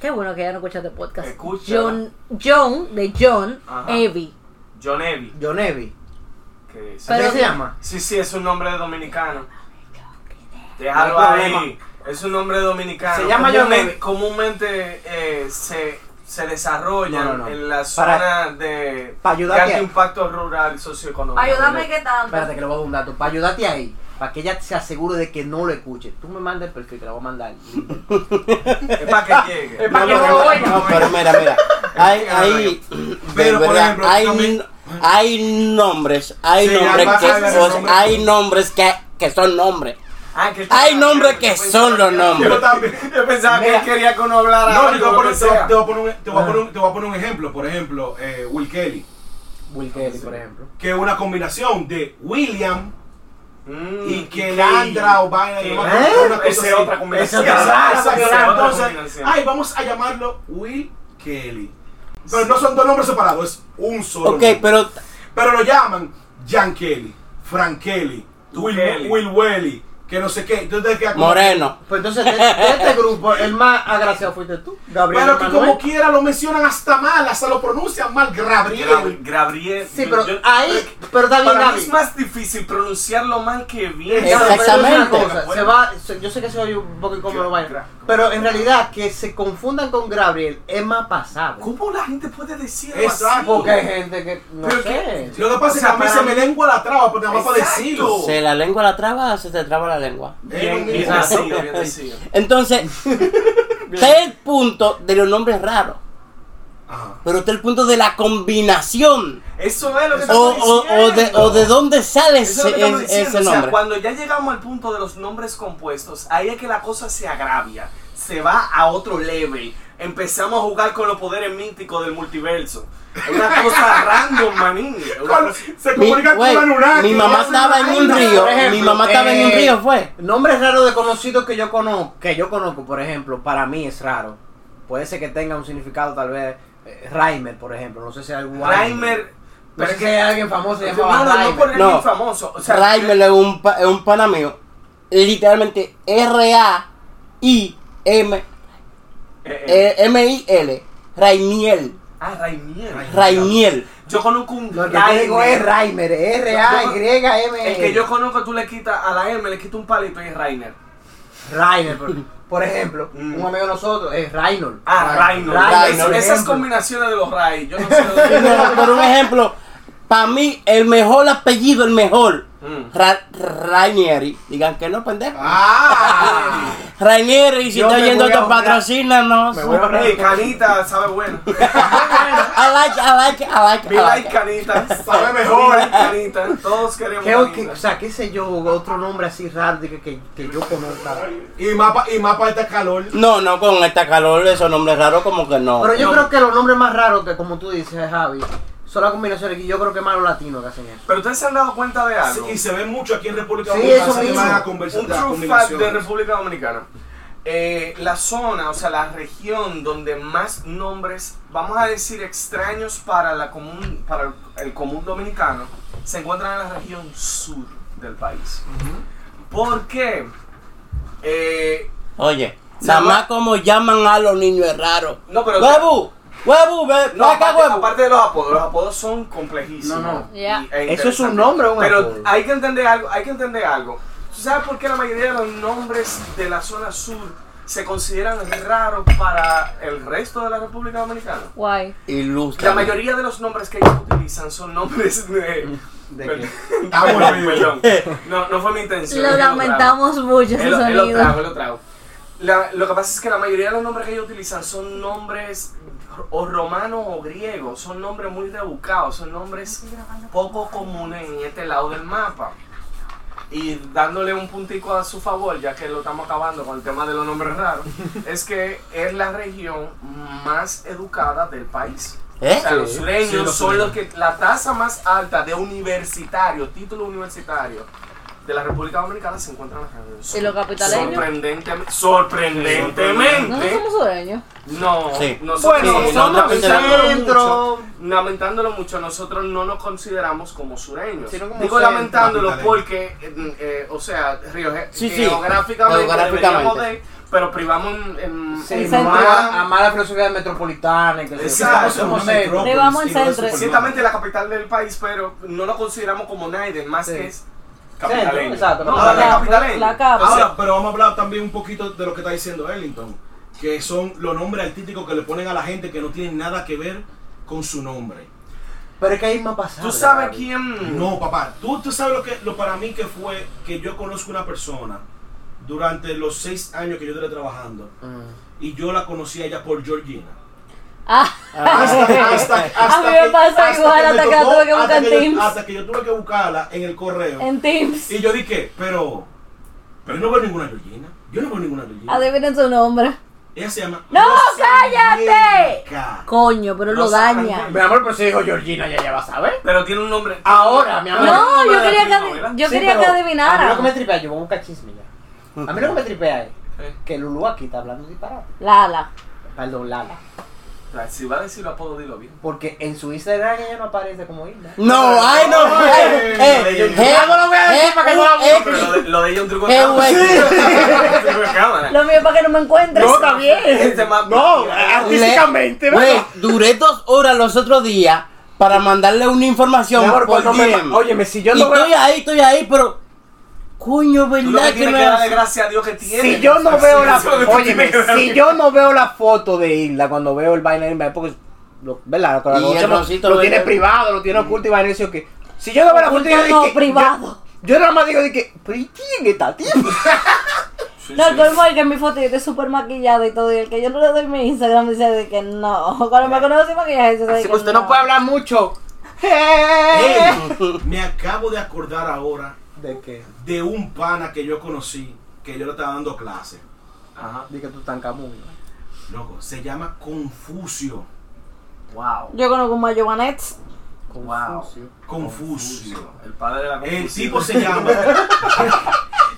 Qué bueno que ya no escuchaste podcast.
Escucha.
John, John, de John,
Ajá.
Evie.
John Evi.
John Evi.
que es-
Pero- Oh
¿Así se llama?
Sí, sí, es un nombre dominicano. Déjalo ahí. Es un nombre dominicano.
Se llama John
Comúnmente-
Evi.
Comúnmente eh, se, se desarrolla
No, no, no.
en la zona
Para-
de,
para ayudarte
de
a-
alto impacto rural socioeconómico.
Ayúdame que tanto.
Espérate que le voy a dar un dato. Para ayudarte ahí, para que ella se asegure de que no lo escuche, tú me mandas el perfil que la voy a mandar.
Es para que llegue.
No, no, no, no, pero mira, mira. Hay, hay,
Pero,
de
por
verdad,
ejemplo,
hay,
también-
hay nombres, hay
Sí,
nombres
hay
que,
varios
son-
nombres.
hay nombres que, que son nombres.
Ah, que-
Hay nombres que son
Yo
los nombres.
también.
Yo pensaba que él quería que uno hablara.
No, yo te
algo,
voy a
lo
poner-
que
te voy a-
sea.
te voy a poner un- te voy a poner un- te voy a poner un ejemplo. Por ejemplo, eh, Will Kelly,
Will Kelly, por ejemplo.
que es una combinación de William
Mm,
y Kelandra o vaina.
¿Qué?
yo me acuerdo, una cosa
Esa es
así.
otra combinación.
Exacto,
Esa
exacto.
es otra
Entonces,
combinación.
ay, vamos a llamarlo Will Kelly. Pero no son dos nombres separados, es un solo.
Ok,
nombre.
pero
Pero lo llaman Jan Kelly, Frank Kelly,
Tú
Will,
Kelly.
Will Welly, que no sé qué. Entonces, ¿qué?
Moreno.
Pues entonces, de, de este grupo, el más agraciado fuiste tú, Gabriel.
Pero que
Manuel.
como quiera lo mencionan hasta mal, hasta lo pronuncian mal,
Gabri-
Gabriel.
Gabriel.
Sí,
yo-
pero
yo-
ahí, pero está bien,
Para mí
Gaby.
es más difícil pronunciarlo mal que bien.
Ya, pero es una
Exactamente.
cosa, se va- se- yo sé que se oye un poco incómodo, vaya, pero en realidad que se confundan con Gabriel es más pasable.
¿Cómo la gente puede decir
Exacto.
Porque hay gente que no
Pero
sé.
Lo que pasa es que a mí se me lengua la traba, porque nada más para
Exacto.
decirlo.
¿Se la lengua la traba se te traba la lengua?
Bien,
Eh,
bien
no,
decidido, bien decidido.
Entonces, está el punto de los nombres raros,
Ajá.
pero está el punto de la combinación.
Eso es lo que
O,
estamos
o, o de,
diciendo.
o de dónde sale
Eso es
ese,
lo que estamos
ese-
diciendo.
ese
O sea,
nombre.
cuando ya llegamos al punto de los nombres compuestos, ahí es que la cosa se agravia, se va a otro level. Empezamos a jugar con los poderes místicos del multiverso. Es una cosa random, manín. Es una
Con-
cosa-
Se
Mi,
comunican
güey,
con Anunnaki.
mi mamá estaba en un
Por
río, mi
ejemplo,
mamá estaba en un
eh,
río, fue.
Nombres raros de conocidos que yo conozco, que yo conozco, por ejemplo, para mí es raro. Puede ser que tenga un significado tal vez eh, Raimer, por ejemplo, no sé si algo
Reimer.
pero
pero
es que hay alguien famoso
No,
llamado
no, no,
Reimer.
porque es
No.
muy famoso. O sea, eh,
Raimel es un, pa- es un pana mío. Literalmente R-A-I-M-I-L.
eh, eh,
Raimiel.
Ah, Raimiel.
Rainiel.
Yo conozco un
Lo que te digo es Raimer,
Rainer.
E R-A-Y-M.
El que yo conozco, tú le quitas a la M, le quitas un palito y es Rainer.
Rainer, por, por ejemplo, un amigo de nosotros es Reinhold.
Ah, Rainer.
Rainer,
Esas
ejemplo.
combinaciones de los Ray. Yo no sé de dónde.
Pero, pero un ejemplo, para mí el mejor apellido, el mejor,
Mm.
Ra- Rainieri. Digan que no, pendejo.
¡Ah!
Rainieri, si
Yo
está
me
oyendo
voy a
esto,
ahorrar.
patrocínanos.
Me voy a ahorrar.
Ey, Canita sabe bueno.
I like, I like, I like, I
We
like.
like Canita.
Sabe mejor.
We like Canita. Todos queremos
Creo que,
Canita.
o sea, qué sé yo, otro nombre así raro de que, que, que yo conozca.
Y mapa, y mapa este calor.
No, no, con esta calor, esos nombres raros como que no.
Pero yo creo que los nombres más raros que, como tú dices, Javi, son las combinaciones que yo creo que más los latinos que hacen eso.
Pero ustedes se han dado cuenta de algo.
Y se ve mucho aquí en República
Sí,
Dominicana.
eso
se
mismo.
van a
un
conversar las
true fact de
combinaciones.
República Dominicana. Eh, la zona, o sea, la región donde más nombres, vamos a decir extraños para la común, para el común dominicano, se encuentran en la región sur del país. ¿Por qué? Eh,
Oye, nada más como llaman a los niños es raro.
no, pero
Huevo, huevo, ve, no,
No,
acá
aparte,
huevo.
aparte de los apodos, los apodos son complejísimos.
No, no.
y-
Ya.
e
Eso es un
interesantes.
nombre o un
Pero
apodo.
hay que entender algo, hay que entender algo. ¿Tú sabes por qué la mayoría de los nombres de la zona sur se consideran raros para el resto de la República Dominicana?
Guay.
Ilustra.
La mayoría de los nombres que ellos utilizan son nombres de...
¿De
Perdón,
qué?
Ah, bueno,
perdón. No, no fue mi intención.
Lo
yo grabo.
lamentamos mucho ese
Él lo- él lo
sonido.
trago, él lo trago. La- lo que pasa es que la mayoría de los nombres que ellos utilizan son nombres o romanos o griegos, son nombres muy rebuscados, son nombres poco comunes en este lado del mapa. Y dándole un puntico a su favor, ya que lo estamos acabando con el tema de los nombres raros, es que es la región más educada del país. O
¿Eh?
sea, los sureños
Sí, los
son
sureños.
los que la tasa más alta de universitario, título universitario de la República Dominicana se encuentra en la región sur.
¿Y los capitaleños?
Sorprendentemente, sorprendentemente,
Nosotros somos sureños.
no,
Sí.
nosotros
Bueno,
sí,
somos
lamentándolo
centro.
mucho, lamentándolo mucho, nosotros no nos consideramos como sureños.
Sino como
Digo
centro,
lamentándolo
capitaleño.
porque, eh, eh, o sea, rioge-
Sí, sí,
geográficamente,
geográficamente.
deberíamos de, pero privamos en, en-
Sí,
El
más
centro.
a más la filosofía metropolitana. Que
Exacto.
somos
una
centro.
metrópolis
vamos al
y no es
centro.
supermercado.
Pues ciertamente la capital del país, pero no lo consideramos como Naiden, más
Sí.
que es capitaleño.
exacto,
No,
la
la
capa,
capitaleño.
la capa.
Entonces,
Ahora, pero vamos a hablar también un poquito de lo que está diciendo Ellington, que son los nombres artísticos que le ponen a la gente que no tienen nada que ver con su nombre.
Pero es que hay más pasado.
¿Tú sabes quién?
No, papá, tú, tú sabes lo que lo para mí que fue que yo conozco una persona durante los seis años que yo estuve trabajando
Mm.
y yo la conocí a ella por Georgina.
Ah,
Hasta, hasta, hasta
A mí me
que-
pasa igual,
me
hasta que la
tocó-
tuve que buscar
hasta
en
yo-
Teams.
Hasta que yo tuve que buscarla en el correo.
en Teams.
Y yo dije, pero, pero yo no veo ninguna Georgina. Yo no veo ninguna Georgina.
Adivinen su nombre.
Ella se llama.
Ah, ¡No,
Rosa
cállate!
Bianca.
Coño, pero lo
Rosa
daña.
Mi amor, pero si dijo Georgina, ya ya va a saber.
Pero tiene un nombre.
Ahora,
Ah,
mi amor.
No, yo
Nombre de
quería que,
telenovela.
adi- yo
Sí,
quería que
pero este- A mí lo que me
adivinara.
tripea, yo voy a buscar chisme ya. A mí lo que me tripea es
Eh,
que Lulu aquí está hablando disparado.
Lala.
Perdón, Lala.
Si va a decir lo apodo, dilo bien.
Porque en su Instagram ella no aparece como Hilda.
No, ay, no. ay, eh, eh,
Ya no lo voy a decir
eh,
para que no la
eh,
Pero lo de, lo de ella es un truco de
eh,
cámara.
güey.
Un truco de cámara.
Lo mío es para que no me encuentres.
No, está bien.
Este más-
No,
artísticamente,
Güey, duré dos horas los otros días para mandarle una información
Mejor
por
cuando me
DM.
ma- óyeme, si yo
Y
no veo-
estoy ahí, estoy ahí, pero... Coño,
Tú lo que
¿verdad que
tienes
no
que darle
es
gracias a Dios que tiene.
Si yo no veo la
Eso es lo que tú
óyeme,
tienes que darle
si yo no veo la foto de Hilda cuando veo el vaina en porque lo, ¿verdad? Con la
Y
noche
el
lo-
roncito
lo,
lo
tiene
ve-
privado, lo tiene oculto y vaina y eso que si yo no veo la foto
Oculto
yo digo
no,
que-
privado.
Yo, yo nada más digo de que, pero ¿y quién está, tío?
Sí,
No,
sí.
el colmo es que en mi foto yo estoy súper maquillada y todo. Y el que yo no le doy mi Instagram dice de que no. Cuando me conoce sin maquillaje, dice de
Así
que Eh,
que usted no puede hablar mucho.
Ey, me acabo de acordar ahora
¿De qué?
de un pana que yo conocí, que yo le estaba dando clase.
Ajá.
De que tú tan camuño.
Loco, se llama Confucio.
Wow.
Yo conozco un Mayo Banet.
Wow.
Confucio.
El padre de la
El
confusión.
tipo se llama.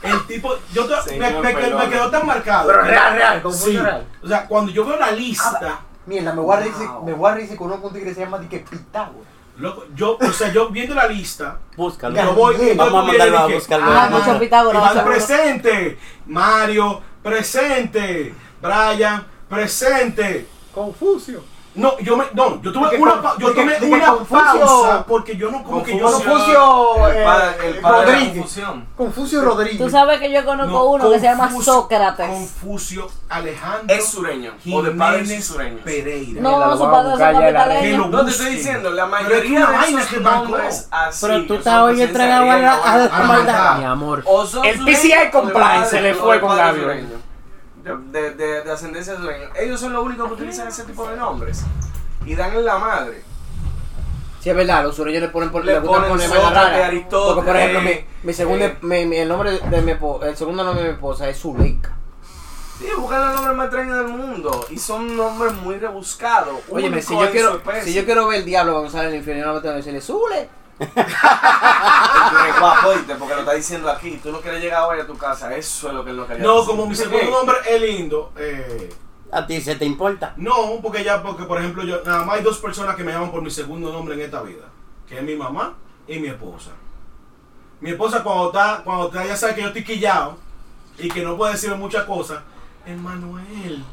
El tipo, yo to- me,
Señor,
me- me
perdón.
quedó tan marcado.
Pero real, real, como
Sí.
mucho real.
O sea, cuando yo veo la lista,
Ah, Mierda, me voy a reír si-
Wow.
me voy a reír si conozco un tigre que se llama de que Pitágoras.
loco, yo, o sea, yo viendo la lista,
Búscalo.
yo voy
Vamos
yo
a
voy y
mandarlo a
dije,
buscarlo.
Ah,
mano,
mucho Pitágoras,
Iván,
seguro.
presente, Mario, presente, Brian, presente.
Confucio.
No, yo me, no, yo tuve
De que
una,
con-
pa-
de
yo
que-
tomé
de que
una
Confucio-
pausa porque yo no, como que yo no
Confucio- Confucio,
el
eh,
padre, el padre de la
Rodríguez.
confusión.
Confucio Rodríguez.
Tú sabes que yo conozco
No,
uno que se llama
Confucio-
Sócrates.
Confucio Alejandro
Es sureño. O de padres
Jiménez
sureños.
Pereira.
no,
Mira, lo
su
vamos a
padre
buscar
son
ya en la red.
Que lo
capitaleños.
No te estoy
busquen.
diciendo, la
Pero es que
mayoría
una
de
vaina
esos
que marcó.
nombres así. pues,
Pero tú
que
estás
son
hoy
presencia
entregado a
griega
la,
o
a
alemana.
la maldad.
Mi amor.
O son
El
sureños
PCI
o de
compliance
padres-
se le
o de
fue con
padres
Gabriel.
sureños. De, de- de- de ascendencia sureña. Ellos son los únicos que utilizan ese tipo de nombres. Y dan en la madre.
Sí, es verdad, los sureños le ponen por
Le
le gustan
ponen
poner
Sócrates,
vainas raras.
Aristóteles,
Porque por ejemplo, mi,
eh,
mi segundo
eh.
mi- mi- el nombre de mi esposa, el segundo nombre de mi esposa es Zuleika.
Sí, buscan los nombres más extraños del mundo. Y son nombres muy rebuscados.
Óyeme,
únicos
si yo
en su
quiero
especie.
si yo quiero ver el diablo cuando sale del infierno, yo no me tengo que decirle Zule.
Que tú eres guapo, oíste, porque lo está diciendo aquí. Tú no quieres llegar hoy a tu casa. Eso es lo que él no quería
No,
decir.
como mi segundo nombre es lindo, eh,
A ti se te importa.
no, porque ya, porque por ejemplo, yo, nada más hay dos personas que me llaman por mi segundo nombre en esta vida, que es mi mamá y mi esposa. Mi esposa cuando está, cuando está, ya sabe que yo estoy quillado y que no puede decirme muchas cosas, Emanuel.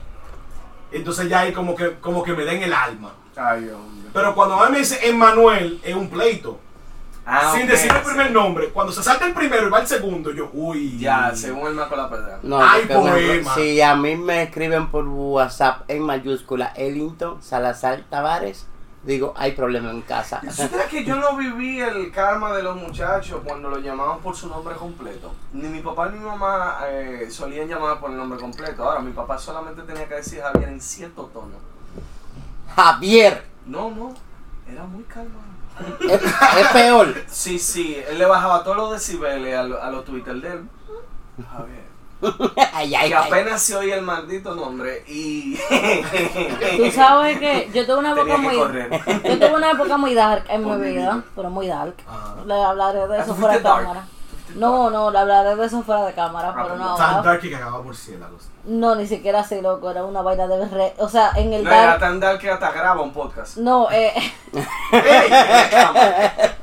Entonces ya ahí como que, como que me den el alma.
Ay, hombre.
Pero cuando a mí me dice Emanuel, es un pleito.
Ah,
Sin
ok.
decir el primer nombre, cuando se salta el primero y va el segundo, yo, uy.
Ya, según él marcó la pedra.
No,
Ay,
porque, por ejemplo,
poema.
si a mí me escriben por WhatsApp en mayúscula Ellington Salazar Tavares, digo, hay problema en casa.
¿Supieras que yo no viví el karma de los muchachos cuando los llamaban por su nombre completo? Ni mi papá ni mi mamá eh, solían llamar por el nombre completo. Ahora, mi papá solamente tenía que decir Javier en cierto tono.
Javier,
No, no, era muy calmado.
es, es peor.
Sí, sí, él le bajaba todos los decibeles a, lo- a los Twitter de él. Javier.
Ay, ay, ay.
Y apenas se oía el maldito nombre y...
Tú sabes que yo tuve una época
Tenía
muy.
que correr.
Yo tuve una época muy dark en mi
Por mi
vida,
vida.
pero muy dark.
Ah.
Le hablaré de
Ah,
eso
¿tú
fuera de
fuiste dark?
cámara. No, no, le hablaré de eso fuera de cámara,
Ah,
pero no
perdón.
Tan
ahora.
dark que cagaba murciélagos.
No, ni siquiera así, loco, era una vaina de re. O sea, en el
No era
dark.
tan dark que hasta graba un podcast.
No, eh.
¡Ey!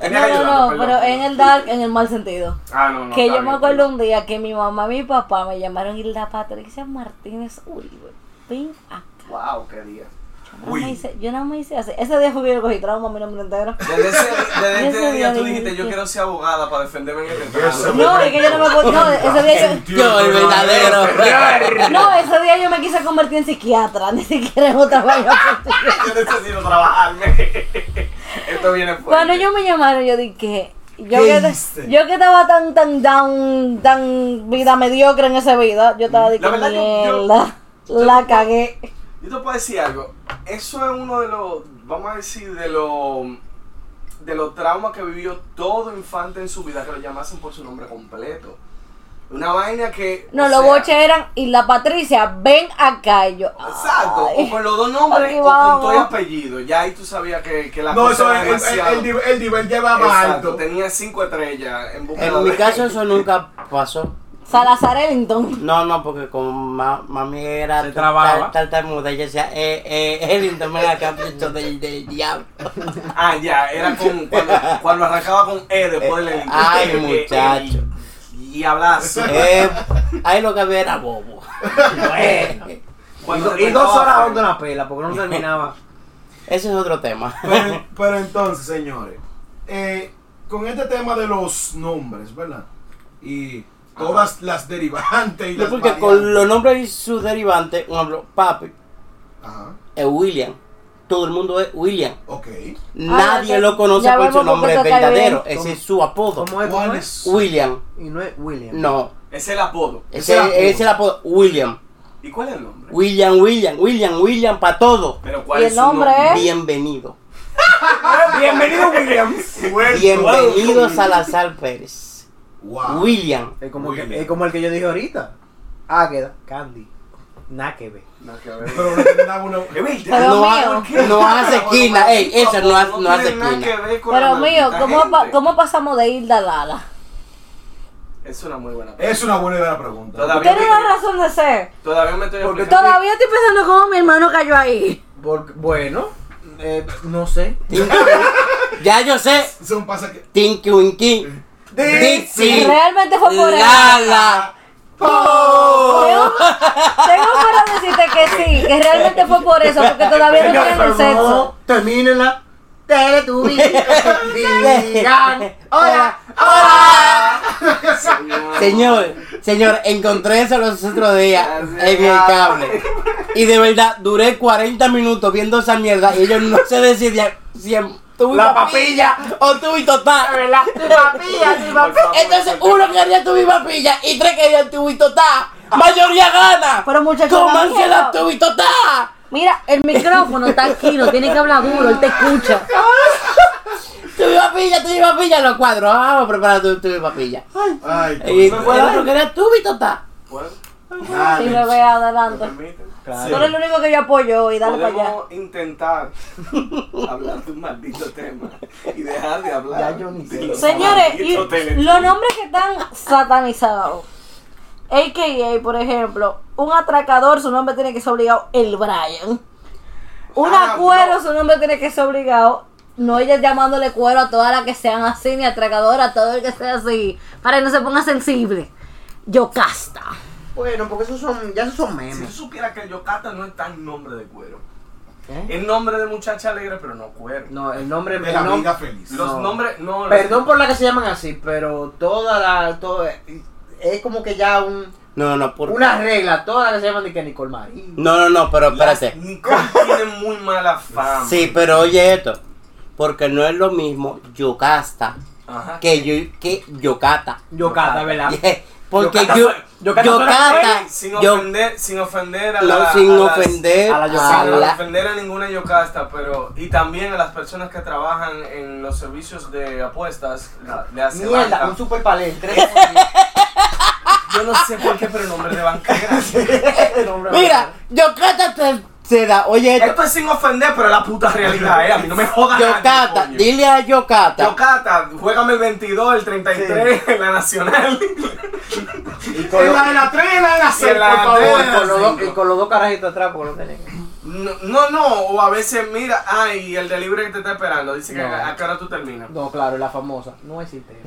Tenía
No,
que
no,
ayudarlo,
no, pero
perdón.
en el dark, en el mal sentido.
Ah, no, no.
que
está
yo me
bien,
acuerdo
perdón.
un día que mi mamá y mi papá me llamaron Hilda Patricia Martínez Uribe. Ven acá.
Wow, qué día.
Yo no me hice, yo no me hice así. Ese día fue que yo cogí trauma, mi nombre entero.
Desde ese,
Ese
desde ese día
día
tú
de
dijiste, yo
que-
quiero ser abogada para defenderme en el
Ese-
entrenamiento.
No, es que yo no me acuerdo. No, ese día yo.
Yo, el verdadero.
No, ese día yo me quise convertir en psiquiatra, ni siquiera en otra vaina.
Yo necesito trabajarme. Esto viene fuerte.
Cuando ellos me llamaron, yo dije, yo
¿Qué
que,
hiciste?
yo que estaba tan, tan, tan, tan vida mediocre en esa vida, yo estaba
Mm. La verdad,
diciendo,
yo- yo-
mierda,
yo-
la cagué.
Yo te puedo decir algo. Eso es uno de los, vamos a decir, de los de los traumas que vivió todo infante en su vida, que lo llamasen por su nombre completo. Una vaina que.
No,
o
los
sea,
boches eran, y la Patricia, ven acá, y yo,
Exacto,
ay.
o con los dos nombres
Aquí
o con
vamos.
todo el apellido. Ya ahí tú sabías que, que la
No,
cosa
eso
era
es, el,
demasiado.
el, nivel- el nivel lleva más
Exacto,
alto.
tenía cinco estrellas en busca
En
de-
mi caso eso nunca pasó.
Salazar Ellington.
No, no, porque como ma- mami era
Se trababa.
tal- tartamuda, ella decía, eh, eh, Ellington, me la capricho del, del diablo.
Ah, ya, era con, cuando, cuando arrancaba con E después del
Eh, Ay, muchacho.
E, Y, y hablazo.
Eh, ahí lo que había era bobo. Bueno,
Y,
Cuando
do-
te
y dos
tocaba
horas
frente.
dando la pela porque no terminaba.
ese es otro tema.
Pero, pero entonces, señores, eh, con este tema de los nombres, ¿verdad? Y todas las derivantes y
No,
las
porque
variantes.
con los nombres y sus derivantes, un ejemplo, papi
Ajá,
es William. Todo el mundo es William.
ok.
Nadie
ya te-
lo conoce
Ah, ya
por su
vemos por qué te
nombre
cae
verdadero.
bien.
Ese es su apodo.
¿Cómo es? ¿Cómo
¿Cuál
es?
es?
William.
Y no es William.
No.
Es el apodo.
Ese
Ese
es el apodo.
ese es el apodo. William.
¿Y cuál es el nombre?
William, William, William, William para todo.
Pero cuál
¿Y
es
el
su Ah,
nombre es?
Bienvenido.
Bienvenido, Williams.
Bienvenido Salazar Pérez.
Wow.
William.
Es como,
William.
que, es como el que yo dije ahorita. Águeda, Candy, Náquebe.
No, que a ver.
Pero no tenía una...
Es verdad.
Pero
No,
mío.
ha- no hace esquina. Ey, ese no, ha- no hace
tiene nada
esquina.
que ver con la
Pero mío,
maldita
¿cómo, pa-
gente.
¿cómo pasamos de Hilda a Lala?
Es una muy buena pregunta.
Es una buena idea la pregunta.
Todavía,
Tiene una
me,
razón de ser.
todavía me estoy
Porque
explicando.
Todavía estoy pensando cómo mi hermano cayó ahí.
Porque- bueno, eh, no sé.
Ya yo sé.
Son pasa que...
Tinky Winky. Dixie.
Realmente fue por él.
Lala.
Fue un Tengo para decirte que sí, que realmente fue por eso, porque todavía no tienen el sexo.
Termínenla. Teletubbies. Digan. Hola.
Señor, señor, encontré eso los otros días en el cable. Y de verdad, duré 40 minutos viendo esa mierda y ellos no se decidían si tú y
La papilla.
o tú y total.
Tu papilla, tu papilla.
Entonces, uno quería tu y papilla y tres querían tu y total. Mayoría gana.
Pero muchachos,
Cómanse la
la
tu y total.
Mira, el micrófono está aquí, no tiene que hablar duro, él te escucha.
Tu y papilla, tu y papilla, los cuadros. Ah, vamos a preparar tu, tu y papilla.
Ay, tú.
Y el otro quería tu y total.
Sí, lo veo adelante.
permiten?
Tú eres el único que yo apoyo hoy, dale para allá.
Podemos intentar hablar de un maldito tema y dejar de hablar.
Ya yo ni
de
sé.
los
Señores, y
malditos teletubbies.
los nombres que están satanizados. AKA, por ejemplo, un atracador, su nombre tiene que ser obligado el Brian. Un
Ah,
acuero,
no.
su nombre tiene que ser obligado. No ella llamándole cuero a todas las que sean así, ni atracadora, a todo el que sea así. Para que no se ponga sensible. Yocasta.
Bueno, porque esos son, ya esos son
Si tú
memes.
supieras que el Yocasta no es tan nombre de cuero.
¿Eh?
Es nombre de muchacha alegre, pero no cuero.
No, el nombre
De la
el nom-
vida feliz.
Los
No.
nombres, no.
Perdón por la que se llaman así, pero toda la todo eh, es como que ya un
No, no, no, por...
una regla, todas las que se llaman de que Nicole Marie.
No, no, no, pero
Las
espérate.
Nicole tiene muy mala fama.
Sí, pero oye esto. Porque no es lo mismo Yocasta
Ajá.
que, yo, que Yocata.
Yocata,
Ah.
¿verdad?
Porque
Yocasta
yo,
suena-
Yocata,
Ey, sin ofender, sin ofender a
No,
la-
sin
a las-
ofender
a, la
a
yocasta, sin
la-
ofender a ninguna yocasta, pero y también a las personas que trabajan en los servicios de apuestas de hace
Mierda,
banca.
un super palente.
Yo no sé por qué, pero nombre de banquera.
mira, Yocata te, te da, oye esto.
Esto es sin ofender, pero es la puta realidad, eh. A mí no me jodas.
Yocata,
nadie, coño.
dile a Yocata.
Yocasta, juégame el 22, el 33, en la nacional.
Y con
En
los-
la de la 3 y la de la 6,
En la
por favor.
tres.
y con los dos- y con los dos carajitos atrás, porque no tenés.
No, no, no, o a veces mira, ay, el delivery que te está esperando, dice que
No.
a, a qué hora tú terminas.
No, claro, la famosa. No hay sistema.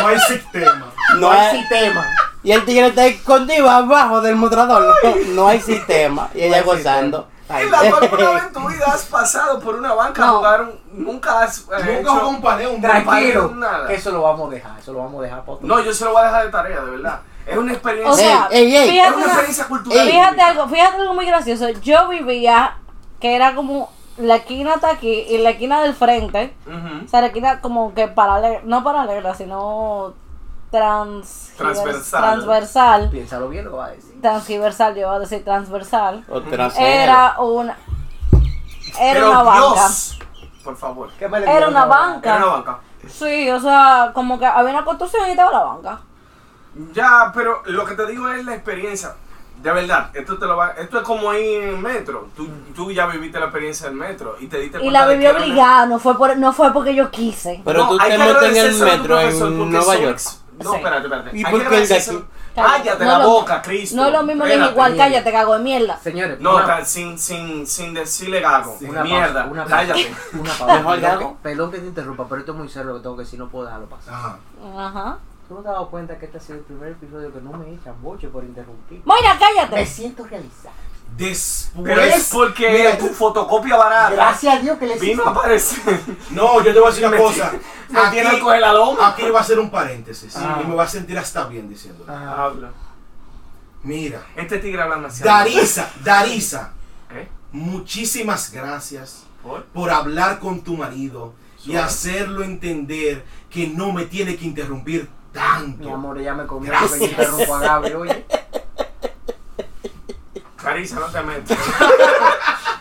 No hay sistema.
No hay-
sistema.
y el tigre está escondido abajo del mostrador. No, no hay sistema. Y ella
hay
gozando. Eh,
Y la tú alguna vez en tu vida has pasado por una banca a
No.
jugar un- nunca has eh,
Nunca
hecho-
jugó un paleo, un
Tranquilo.
paleo.
Tranquilo.
Nada.
que Eso lo vamos a dejar. Eso lo vamos a dejar para otro.
No, yo se lo voy a dejar de tarea, de verdad. Es una experiencia.
O sea,
ey, ey,
es
fíjate
una
una-
experiencia cultural.
Fíjate algo, fíjate algo muy gracioso. Yo vivía que era como la esquina está aquí y la esquina del frente, o
Ujú.
sea, la esquina como que paralela, no paralela, sino trans
Transversal.
transversal,
Piénsalo bien, lo va a decir.
transversal, yo iba a decir transversal.
O trasero.
Era una era
Pero
una banca.
Dios, por favor.
¿Qué me le
Era
dieron
una
ahora?
Era una
banca.
banca.
Sí, o sea, como que había una construcción y estaba la banca.
Ya, pero lo que te digo es la experiencia. De verdad, esto te lo va, esto es como ir en metro. Tú, tú ya viviste la experiencia del metro y te diste
Y
cuenta
la
de
viví
que era una-
obligada, no fue por no fue porque yo quise.
Pero
No,
tú
hay
te
que
metes en el
agradecérselo a tu
metro
profesor
en
porque
Nueva
son
York.
ex- No,
Sí.
espérate, espérate.
¿Y
Hay
por
que
qué el de
agradecérselo-
aquí?
Cállate
No
la
lo-
boca, Cristo.
No es lo mismo ni
Espérate.
igual, cállate, cago de mierda.
Señores,
No,
una-
tan- sin, sin, sin decirle gago.
Una pausa,
Mierda.
una pausa,
cállate.
Una pausa.
Mejor
Perdón
Gago.
que- Perdón que te interrumpa, pero esto es muy serio lo que tengo que decir, no puedo dejarlo pasar.
Ajá.
Ajá.
¿Tú no te has dado cuenta que este ha sido el primer episodio que no me echan boche por interrumpir?
Moira, cállate.
Me siento realizado.
Después.
Pero es porque
Pues, Mira,
tu fotocopia barata
Gracias a Dios que les
vino a aparecer.
No, yo te voy a decir una
Me-
cosa.
Me tiene
Aquí-
al coger la loma.
Aquí va a ser un paréntesis.
Ah.
Y me va a sentir hasta bien diciendo.
Ah.
Ajá.
Habla.
Mira.
Este tigre habla demasiado.
Darisa, Darisa,
¿Eh?
muchísimas gracias
¿Por?
por hablar con tu marido y
Suave.
hacerlo entender que no me tiene que interrumpir
Mi
tanto.
amor, ella me comió
Gracias.
porque yo interrumpo a Gaby, oye.
Carisa, no te metas.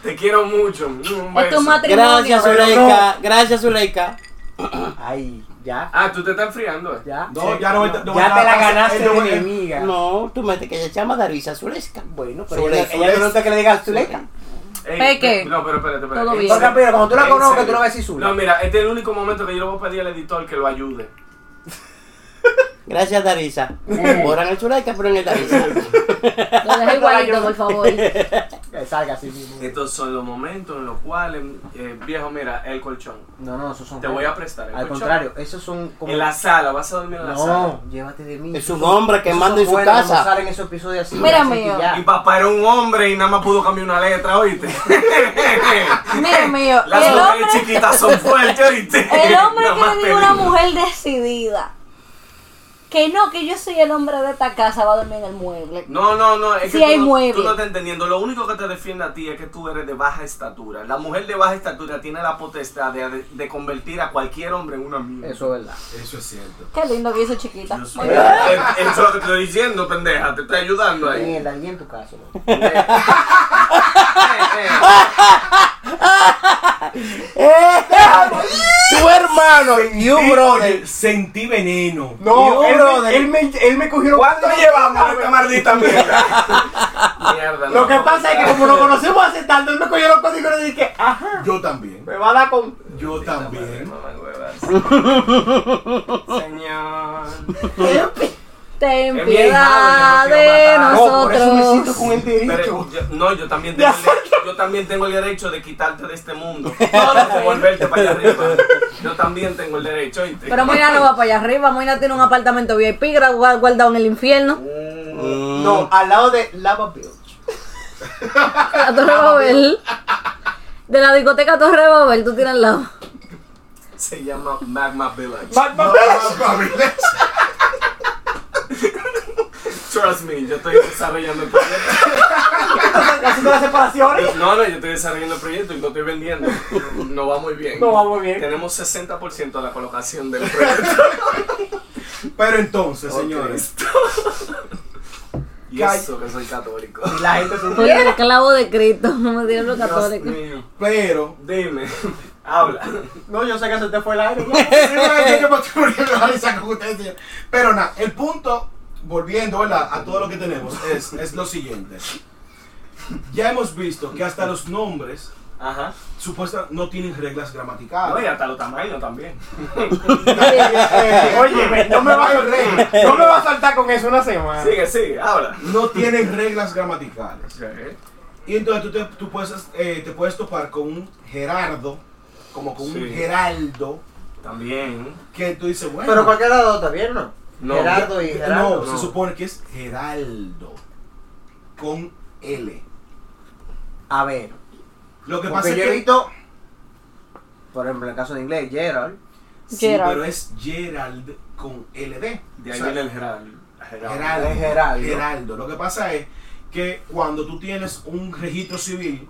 te quiero mucho. Un
Es tu
beso.
matrimonio.
Gracias, Zuleika. Gracias, Zuleika.
Ay, ya,
Ah, tú te estás enfriando, eh.
ya.
No, ya no, no,
ya
no,
te la
pasa-
ganaste
eh, no,
de
eh,
enemiga.
No, tú me te que ella se llama Darisa Zuleika.
Bueno, pero
Zuleika.
ella, ella no nota que le digas Zuleika.
Ey,
Peque.
pe- No, pero espérate, espérate.
Todo
En
bien.
serio.
Porque, pero cuando tú la
En
conozcas,
serio.
tú le vas a decir Zula.
No, mira, este es el único momento que yo le voy a pedir al editor que lo ayude.
Gracias,
Mm.
Darisa. Ahora en el Zuleika, pero en el Darisa.
Lo dejé igualito, por favor.
Que salga así mismo.
Estos son los momentos en los cuales, eh, viejo, mira, el colchón.
No, no, esos son.
Te voy a prestar el
Al
colchón.
contrario, esos son como.
En la sala, vas a dormir en la sala.
No, llévate de mí.
Es un hombre que
Esos
manda
son
en su
buenos,
casa.
como salen esos episodios así.
Mira,
así que
mío.
ya.
Y papá era un hombre y nada más pudo cambiar una letra, ¿oíste?
Mira, mío,
Las
el
mujeres
hombre-
chiquitas son fuertes, ¿oíste?
El hombre
Nada
que
más
le diga a una
peligro.
mujer decidida que no, que yo soy el hombre de esta casa, va a dormir en el mueble.
No, no, no, es
Sí
que
hay
tú, no-
mueble.
tú no estás entendiendo. Lo único que te defiende a ti es que tú eres de baja estatura. La mujer de baja estatura tiene la potestad de, de convertir a cualquier hombre en una mierda.
Eso es verdad.
Eso es cierto.
Qué lindo que hizo chiquita.
Yo soy- Eh, Eso es lo que te estoy diciendo, pendeja. Te estoy ayudando ahí.
Mierda, y en tu caso. ¿no?
Eh, eh,
Tu hermano ¡Eh! y un brother.
Sentí veneno.
No, él me- él
me, él me cogieron.
¿Cuánto llevamos a esta
maldita mierda?
eh. mierda,
Lo
no.
que pasa es que como nos conocemos hace tanto, él me cogió los códigos y le dije, ajá,
Yo también.
me va a dar con...
Yo también.
Señor.
Ten
Es mi hijado,
piedad
yo
de
no quiero matar. No,
Por eso me siento
nosotros.
con este el derecho.
Pero yo, no, yo también, tengo el, yo también tengo el derecho de quitarte de este mundo. No, no, de volverte para allá arriba. Yo también tengo el derecho, ¿oíste?
Pero Moina no va para allá arriba, Moina tiene un apartamento VIP gra- gua- guardado en el infierno.
Mm,
mm.
No, al lado de Lava Beach.
A Torre Babel. De la discoteca Torre Babel, tú tienes al lado.
Se llama Magma Village.
Batman
Trust me, yo estoy desarrollando el proyecto.
haciendo las separaciones.
No, no, yo estoy desarrollando el proyecto y lo estoy vendiendo. No va muy bien.
No va muy bien.
Tenemos 60% de la colocación del proyecto.
Pero entonces, señores.
Y eso que soy católico.
Y la gente se
Soy el esclavo de Cristo, no me digas lo
Dios
católico.
mío.
Pero.
Dime, habla.
No, yo sé que se te fue el aire.
Pero nada, el punto, volviendo ¿verdad? a todo lo que tenemos, es, es lo siguiente. Ya hemos visto que hasta los nombres
Ajá.
supuesta no tienen reglas
No, y
gramaticales.
Ah,
eh,
hasta los tamaños también.
Oye, no me va
Ay, rey.
a, no me va a saltar con eso una semana.
Sigue, sigue, habla.
No tienen reglas gramaticales. Y entonces tú, te, tú puedes, eh, te puedes topar con un Gerardo, como con un
Sí.
Geraldo,
También.
que tú dices, bueno, eh,
Pero cualquier lado está bien, ¿no?
No.
Gerardo y Gerardo.
no,
no.
se supone que es Geraldo, con L.
A ver.
Lo que pasa
Porque
es
yo he
que...
visto, por ejemplo, en el caso de inglés, Gerald.
Sí,
Gerard.
pero es Gerald con LD.
De
O
ahí
sea,
viene el Gerardo.
Geraldo,
Es Geraldo.
Geraldo. Lo que pasa es que cuando tú tienes un registro civil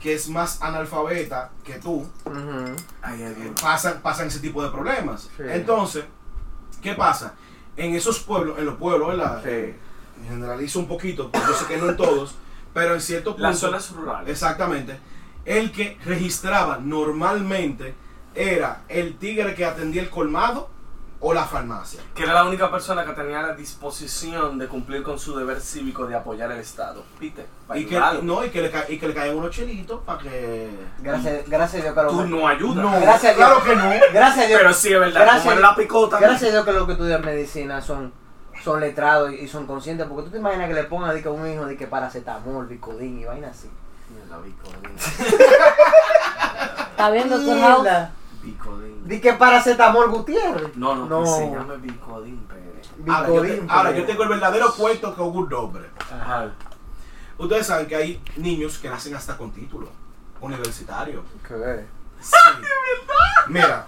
que es más analfabeta que tú,
Ay, ay, ay.
pasan, pasan ese tipo de problemas.
Sí.
Entonces, ¿qué pasa? En esos pueblos, en los pueblos, ¿verdad?
Sí.
Generalizo un poquito, porque yo sé que no en todos, pero en ciertos
Las
puntos.
zonas rurales.
Exactamente. El que registraba normalmente era el tigre que atendía el colmado o la farmacia.
Que era la única persona que tenía la disposición de cumplir con su deber cívico de apoyar al Estado. Viste, para
Y que,
ayudarlo.
no, y que le, ca- y que le caían unos chelitos para que.
Gracias, gracias a Dios, Carlos.
Tú no ayudas.
No,
Gracias a Dios.
claro que no.
Gracias a Dios.
Pero sí, es verdad.
Gracias.
Como en la picota. ¿no?
Gracias a Dios que los que estudian medicina son, son letrados y, y son conscientes, porque tú te imaginas que le pongan de que a un hijo de que paracetamol, bicodín y vaina así.
Mierda, Bicodín.
Está viendo tu house.
Mierda.
Bicodín.
Di que paracetamol Gutiérrez.
No, no,
No.
que se llama Bicodín, Pérez.
Ahora, yo, te-
Bicodín.
ahora,
pero-
yo tengo el verdadero cuento que es un nombre.
Ajá.
Ustedes saben que hay niños que nacen hasta con título universitario.
¿Qué?
Sí. Mira,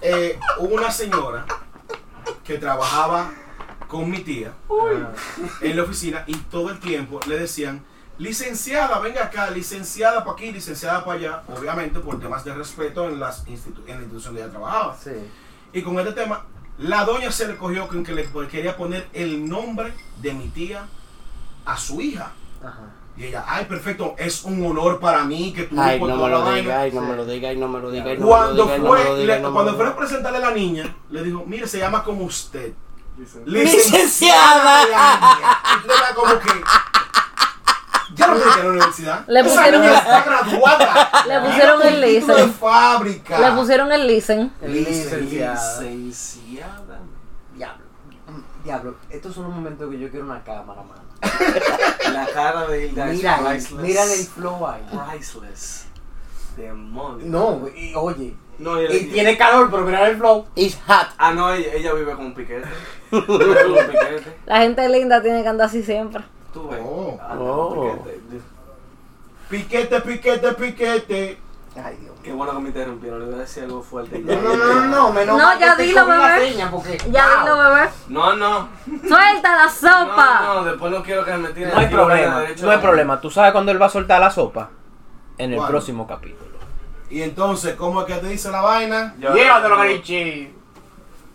eh, hubo una señora que trabajaba con mi tía en la oficina y todo el tiempo le decían, licenciada, venga acá, licenciada para aquí, licenciada para allá, obviamente por temas de respeto en, las institu- en la institución donde ella trabajaba.
Sí.
Y con este tema, la doña se le cogió con que le quería poner el nombre de mi tía a su hija.
Ajá.
Y ella, ay, perfecto, es un honor para mí que tú
Ay,
por
no
toda
me
la
lo
vaina".
diga, ay, no me lo diga, ay, no me lo diga, ay, no me lo
Cuando
diga, ay, no me
fue,
lo diga,
le-
ay, no me
cuando
lo
fueron a
diga.
presentarle a la niña, le dijo, mire, se llama como usted.
Dicen,
Licenciada.
Melania". Y tú le das como que... Ya lo dije en la universidad.
Le
Esa
pusieron
niña
el-
está graduada.
le pusieron
Mira,
el
con título
licenciado.
de fábrica.
Le pusieron el listen.
Licenciada.
Licenciada.
Diablo. Diablo. Estos son los momentos que yo quiero una cámara, mano.
La cara de Hilda es
Mira,
priceless.
mira el flow ahí.
Ah.
Priceless. Demonio.
No, y oye.
No,
Y
y-
tiene calor, pero mira el flow.
It's hot.
Ah, no, ella, ella vive con un piquete. Vive con un piquete.
La gente linda tiene que andar así siempre.
Tú ves.
Oh.
Ah, no,
Oh.
piquete.
Piquete, piquete, piquete.
Ay, Dios.
Qué bueno que me interrumpieron. Le voy a decir algo fuerte.
No, no, no, no, no, menos
No,
mal que
ya
te
dilo,
comí la
bebé.
seña, porque,
Ya
wow.
dilo, bebé.
No, no.
Suelta la sopa.
No, no, después no quiero que me tiren.
No hay
aquí por la
problema,
derecha.
no hay problema. ¿Tú sabes cuándo él va a soltar la sopa? En el
¿Cuándo?
próximo capítulo.
Y entonces, ¿cómo es que te dice la vaina?
Yo-
Llévatelo, Garichi.